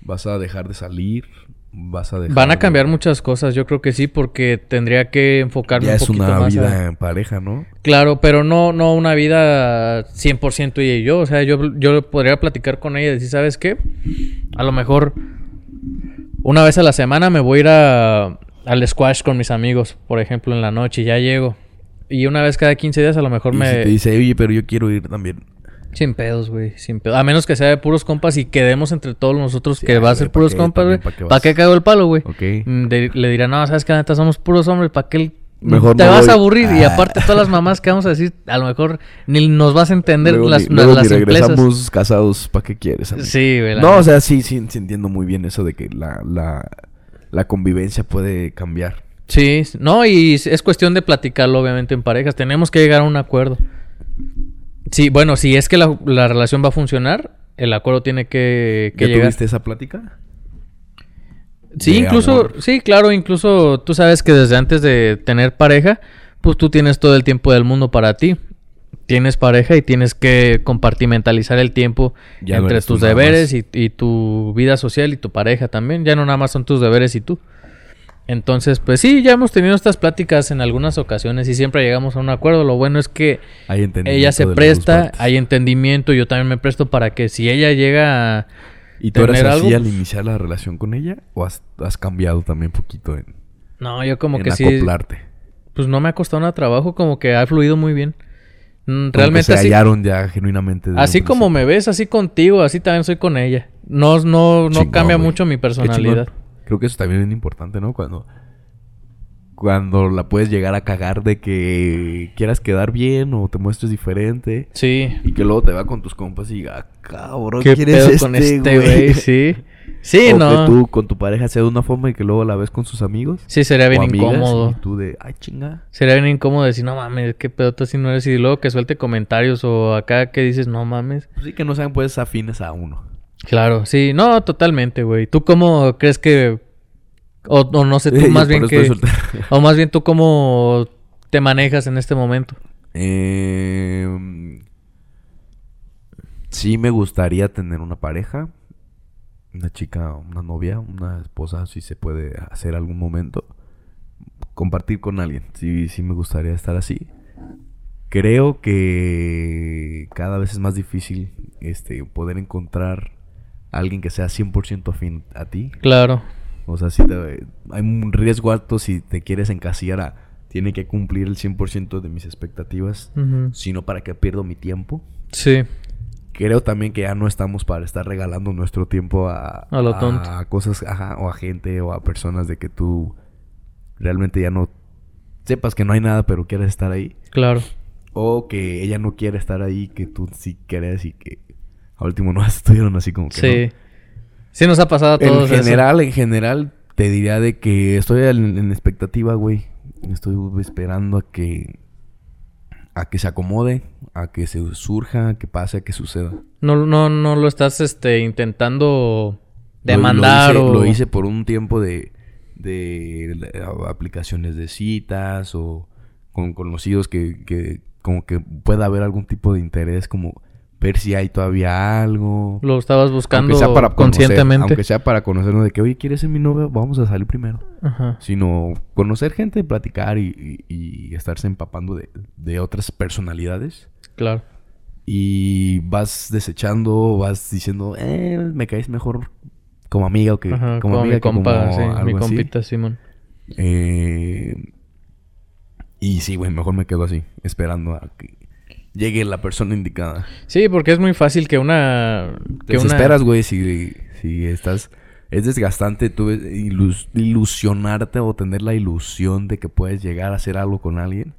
S1: ¿Vas a dejar de salir? ¿Vas a dejar
S2: Van a
S1: de-
S2: cambiar muchas cosas, yo creo que sí, porque tendría que enfocarme
S1: Ya
S2: un
S1: es
S2: poquito
S1: una
S2: más.
S1: vida
S2: a-
S1: en pareja, ¿no?
S2: Claro, pero no, no una vida 100% y yo. O sea, yo, yo podría platicar con ella y decir, ¿sabes qué? A lo mejor una vez a la semana me voy a ir a- al squash con mis amigos, por ejemplo, en la noche y ya llego. Y una vez cada 15 días a lo mejor
S1: Y
S2: me...
S1: si te dice, oye, pero yo quiero ir también.
S2: Sin pedos, güey, sin pedos. A menos que sea de puros compas y quedemos entre todos nosotros
S1: Sí,
S2: que va a
S1: güey,
S2: ser
S1: ¿pa'
S2: puros
S1: qué?
S2: compas, güey.
S1: También, ¿pa' qué
S2: ¿Para
S1: vas?
S2: qué cago el palo, güey?
S1: Ok.
S2: Mm, de- le dirán, no, sabes que la neta somos puros hombres, ¿para qué el-
S1: Mejor
S2: te
S1: no
S2: vas
S1: voy".
S2: a aburrir? Y
S1: Ah.
S2: aparte todas las mamás que vamos a decir, a lo mejor ni nos vas a entender
S1: Luego
S2: las,
S1: ni-
S2: las,
S1: luego
S2: las
S1: ni
S2: empresas.
S1: regresamos casados, ¿para qué quieres? amigo?
S2: Sí, güey. la
S1: No,
S2: neta.
S1: o sea, sí, sí, sí entiendo muy bien eso de que la, la, la convivencia puede cambiar.
S2: Sí, no, y es- es cuestión de platicarlo, obviamente, en parejas. Tenemos que llegar a un acuerdo. Sí, bueno, si es que la, la relación va a funcionar, el acuerdo tiene que, que
S1: ¿Ya
S2: llegar.
S1: tuviste esa plática?
S2: Sí,
S1: de
S2: incluso,
S1: amor.
S2: sí, claro, incluso tú sabes que desde antes de tener pareja, pues tú tienes todo el tiempo del mundo para ti. Tienes pareja y tienes que compartimentalizar el tiempo
S1: Ya no
S2: entre
S1: eres tú
S2: tus
S1: nada
S2: deberes y, y tu vida social y tu pareja también. Ya no nada más son tus deberes y tú. Entonces, pues sí, ya hemos tenido estas pláticas en algunas ocasiones y siempre llegamos a un acuerdo. Lo bueno es que
S1: Hay entendimiento
S2: ella se
S1: de las dos
S2: presta,
S1: partes.
S2: hay entendimiento, yo también me presto para que si ella llega a...
S1: ¿Y tú eras
S2: tener
S1: así
S2: algo,
S1: al
S2: pues-
S1: iniciar la relación con ella? ¿O has, has cambiado también poquito en,
S2: No, yo como
S1: en
S2: que sí...
S1: acoplarte?
S2: Pues no me ha costado nada trabajo, como que ha fluido muy bien. Mm,
S1: Como que
S2: Realmente
S1: se
S2: así,
S1: hallaron ya genuinamente. desde un
S2: así como
S1: principio.
S2: me ves, así contigo, así también soy con ella. No, no, no
S1: Chingón,
S2: cambia
S1: güey.
S2: mucho mi
S1: Qué
S2: personalidad.
S1: chingón. Creo que eso también es importante, ¿no? Cuando, cuando la puedes llegar a cagar de que quieras quedar bien o te muestres diferente.
S2: Sí.
S1: Y que luego te va con tus compas y diga, "Ah, cabrón,
S2: ¿Qué
S1: ¿quién es
S2: pedo
S1: este,
S2: con este
S1: güey?
S2: güey? Sí. Sí,
S1: o
S2: no.
S1: que tú con tu pareja sea de una forma y que luego la ves con sus amigos.
S2: Sí, sería bien
S1: o amigas,
S2: incómodo.
S1: Y tú de, ay, chinga.
S2: Sería bien incómodo decir, no mames, qué pedota si no eres. Y luego que suelte comentarios o acá que dices, no mames.
S1: Pues sí que no sean pues afines a uno.
S2: Claro, sí, no, totalmente, güey. ¿Tú cómo crees que.? O, o no sé, tú
S1: Yo
S2: más
S1: por
S2: bien
S1: eso
S2: que.
S1: estoy soltero.
S2: O más bien tú cómo te manejas en este momento.
S1: Eh, sí me gustaría tener una pareja. Una chica, una novia, una esposa, si se puede hacer algún momento. Compartir con alguien. Sí, sí me gustaría estar así. Creo que cada vez es más difícil este, poder encontrar a alguien que sea 100% afín a ti.
S2: Claro.
S1: O sea, si te- hay un riesgo alto si te quieres encasillar a... Tiene que cumplir el 100% de mis expectativas
S2: Ujú.
S1: sino para que pierdo mi tiempo.
S2: Sí,
S1: Creo también que ya no estamos para estar regalando nuestro tiempo a,
S2: A lo tonto.
S1: a cosas ajá, o a gente o a personas de que tú realmente ya no sepas que no hay nada pero quieres estar ahí.
S2: claro.
S1: O que ella no quiere estar ahí, que tú sí quieres y que a último no estuvieron así como que no.
S2: Sí. Sí nos ha pasado a todos.
S1: En
S2: eso.
S1: general, en general, te diría de que estoy en, en expectativa, güey. Estoy esperando a que a que se acomode, a que se surja, a que pase, a que suceda.
S2: No, no, no lo estás este, intentando
S1: Lo- lo
S2: demandar
S1: hice- lo hice,
S2: o...
S1: por un tiempo de, de la- aplicaciones de citas o con conocidos que, que como que pueda haber algún tipo de interés, como ver si hay todavía algo.
S2: Lo estabas buscando
S1: Aunque sea para conocer,
S2: conscientemente.
S1: aunque sea para conocernos de que, oye, ¿quieres ser mi novia? Vamos a salir primero.
S2: Ajá.
S1: sino conocer gente, platicar y, y- y estarse empapando de, de otras personalidades.
S2: Claro.
S1: Y vas desechando, vas diciendo, eh, me caes mejor como amiga o que
S2: Ajá,
S1: como
S2: como
S1: amiga
S2: mi
S1: que como
S2: compa, sí,
S1: algo
S2: mi
S1: así.
S2: compita Simón.
S1: Eh, y sí, güey, mejor me quedo así, esperando a que llegue la persona indicada.
S2: Sí, porque es muy fácil que una...
S1: Te
S2: Que una...
S1: desesperas, güey, si, si estás... Es desgastante tú ilus- ilusionarte o tener la ilusión de que puedes llegar a hacer algo con alguien.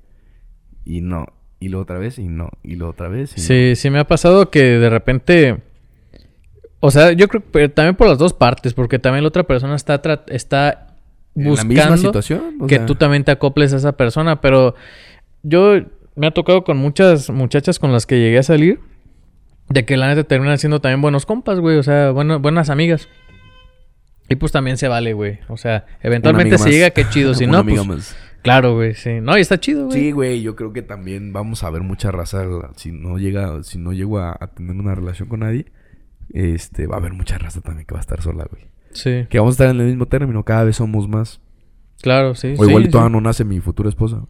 S1: Y no. Y lo otra vez, y no. Y lo otra vez, y
S2: Sí, sí me ha pasado que de repente... O sea, yo creo que también por las dos partes, porque también la otra persona está, tra- está
S1: no.
S2: buscando...
S1: En la misma situación. o
S2: que
S1: sea,
S2: tú también te acoples a esa persona, pero yo me ha tocado con muchas muchachas con las que llegué a salir, de que la neta terminan siendo también buenos compas, güey, o sea, bueno- buenas amigas. Y pues también se vale, güey. O sea, eventualmente
S1: amiga
S2: se
S1: más.
S2: llega, qué chido. Si
S1: una
S2: no,
S1: amiga
S2: pues,
S1: más.
S2: claro, güey, sí. No, y está chido, güey.
S1: Sí, güey, yo creo que también vamos a ver mucha raza. Si no llega, si no llego a, a tener una relación con nadie, este, va a haber mucha raza también que va a estar sola, güey.
S2: Sí,
S1: Que vamos a estar en el mismo término, cada vez somos más.
S2: claro, sí.
S1: O igual
S2: sí,
S1: y
S2: sí.
S1: todavía no nace mi futura esposa.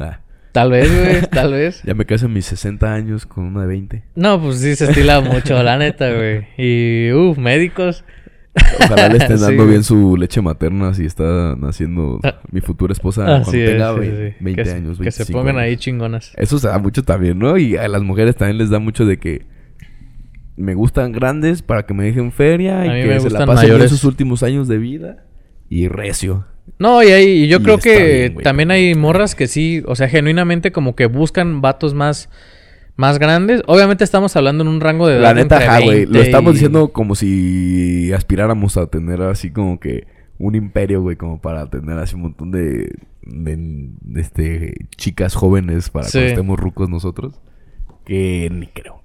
S1: Ah.
S2: Tal vez, güey, tal vez.
S1: Ya me caso en mis 60 años con una de 20.
S2: No, pues sí se estila mucho, la neta, güey. Y, uff, médicos.
S1: Ojalá le estén
S2: Sí,
S1: dando
S2: güey.
S1: bien su leche materna si está naciendo
S2: Ah.
S1: mi futura esposa cuando
S2: Así es.
S1: tenga
S2: sí,
S1: ve-
S2: sí.
S1: 20
S2: que, se-
S1: años,
S2: Que se
S1: 25
S2: pongan
S1: años.
S2: ahí chingonas.
S1: Eso se da mucho también, ¿no? Y a las mujeres también les da mucho de que me gustan grandes para que me dejen feria
S2: A mí
S1: y que
S2: me
S1: se la
S2: gustan
S1: pasen bien
S2: mayores.
S1: sus últimos años de vida y recio.
S2: No, y, hay- y yo
S1: Y
S2: creo
S1: está
S2: que
S1: bien, güey,
S2: también
S1: también.
S2: hay morras que sí, o sea, genuinamente como que buscan vatos más, más grandes. Obviamente estamos hablando en un rango de edad.
S1: La neta,
S2: entre
S1: ja, güey. Lo
S2: 20
S1: estamos
S2: y-
S1: diciendo como si aspiráramos a tener así como que un imperio, güey, como para tener así un montón de, de- de, este, chicas jóvenes para
S2: Sí.
S1: que estemos rucos nosotros. Que ni creo.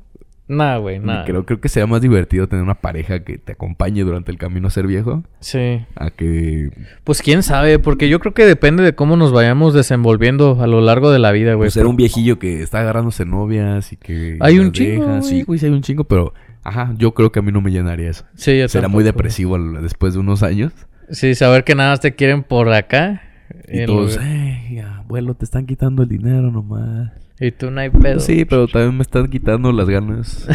S2: Nada, güey, nada.
S1: Creo, creo que sea más divertido tener una pareja que te acompañe durante el camino a ser viejo
S2: Sí.
S1: a que
S2: Pues quién sabe, porque yo creo que depende de cómo nos vayamos desenvolviendo a lo largo de la vida, güey.
S1: pues, ser un viejillo que está agarrándose novias y que...
S2: Hay
S1: las
S2: un chingo,
S1: deja.
S2: güey.
S1: Sí, güey, sí hay un chingo, pero... Ajá, yo creo que a mí no me llenaría eso.
S2: Sí, yo
S1: Será muy
S2: tampoco, güey.
S1: depresivo al- después de unos años.
S2: Sí, saber que nada más te quieren por acá.
S1: Y
S2: en
S1: todos,
S2: lugar-
S1: "Ey, abuelo, te están quitando el dinero nomás.
S2: y tú no hay pedo.
S1: Sí, pero también me están quitando las ganas.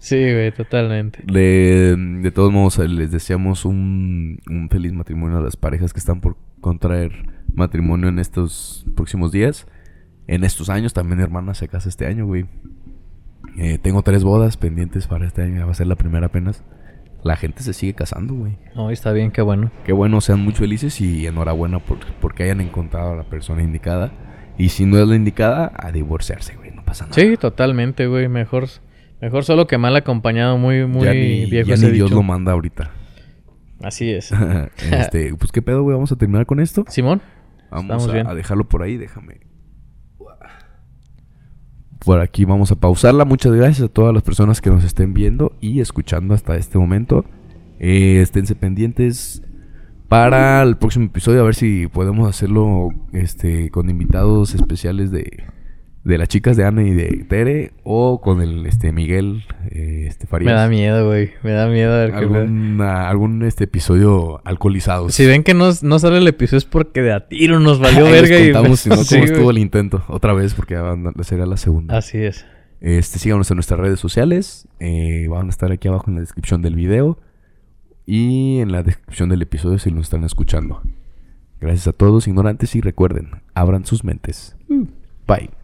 S2: Sí, güey, totalmente.
S1: De, de todos modos, eh, les deseamos un, un feliz matrimonio a las parejas que están por contraer matrimonio en estos próximos días. En estos años, también mi hermana se casa este año, güey. Eh, tengo tres bodas pendientes para este año, ya va a ser la primera apenas. La gente se sigue casando, güey.
S2: No, está bien, qué bueno.
S1: Qué bueno, sean muy felices y enhorabuena por, porque hayan encontrado a la persona indicada. Y si no es la indicada, a divorciarse, güey, no pasa nada.
S2: Sí, totalmente, güey. Mejor, mejor solo que mal acompañado, muy, muy
S1: ya ni,
S2: viejo
S1: ya
S2: ese
S1: ni Dios
S2: dicho.
S1: lo manda ahorita.
S2: Así es.
S1: este, pues qué pedo, güey, vamos a terminar con esto.
S2: Simón,
S1: Vamos
S2: Estamos bien.
S1: a, a dejarlo por ahí, déjame. Por aquí vamos a pausarla. Muchas gracias a todas las personas que nos estén viendo y escuchando hasta este momento. Eh, esténse pendientes para el próximo episodio, a ver si podemos hacerlo este, con invitados especiales de, de las chicas de Ana y de Tere o con el este, Miguel eh, este, Farías.
S2: me da miedo, güey. Me da miedo a ver qué pedo.
S1: Alguna- algún este episodio alcoholizado.
S2: Si ven que no, no sale el episodio es porque de a tiro nos valió
S1: Ahí les
S2: verga y...
S1: contamos, si no,
S2: Sí,
S1: cómo
S2: güey. Ah,
S1: estuvo el intento. Otra vez, porque ya van a- será la segunda.
S2: Así es.
S1: Este, síganos en nuestras redes sociales. eh, van a estar aquí abajo en la descripción del video. Y en la descripción del episodio si lo están escuchando. Gracias a todos, ignorantes, y recuerden, abran sus mentes. Bye.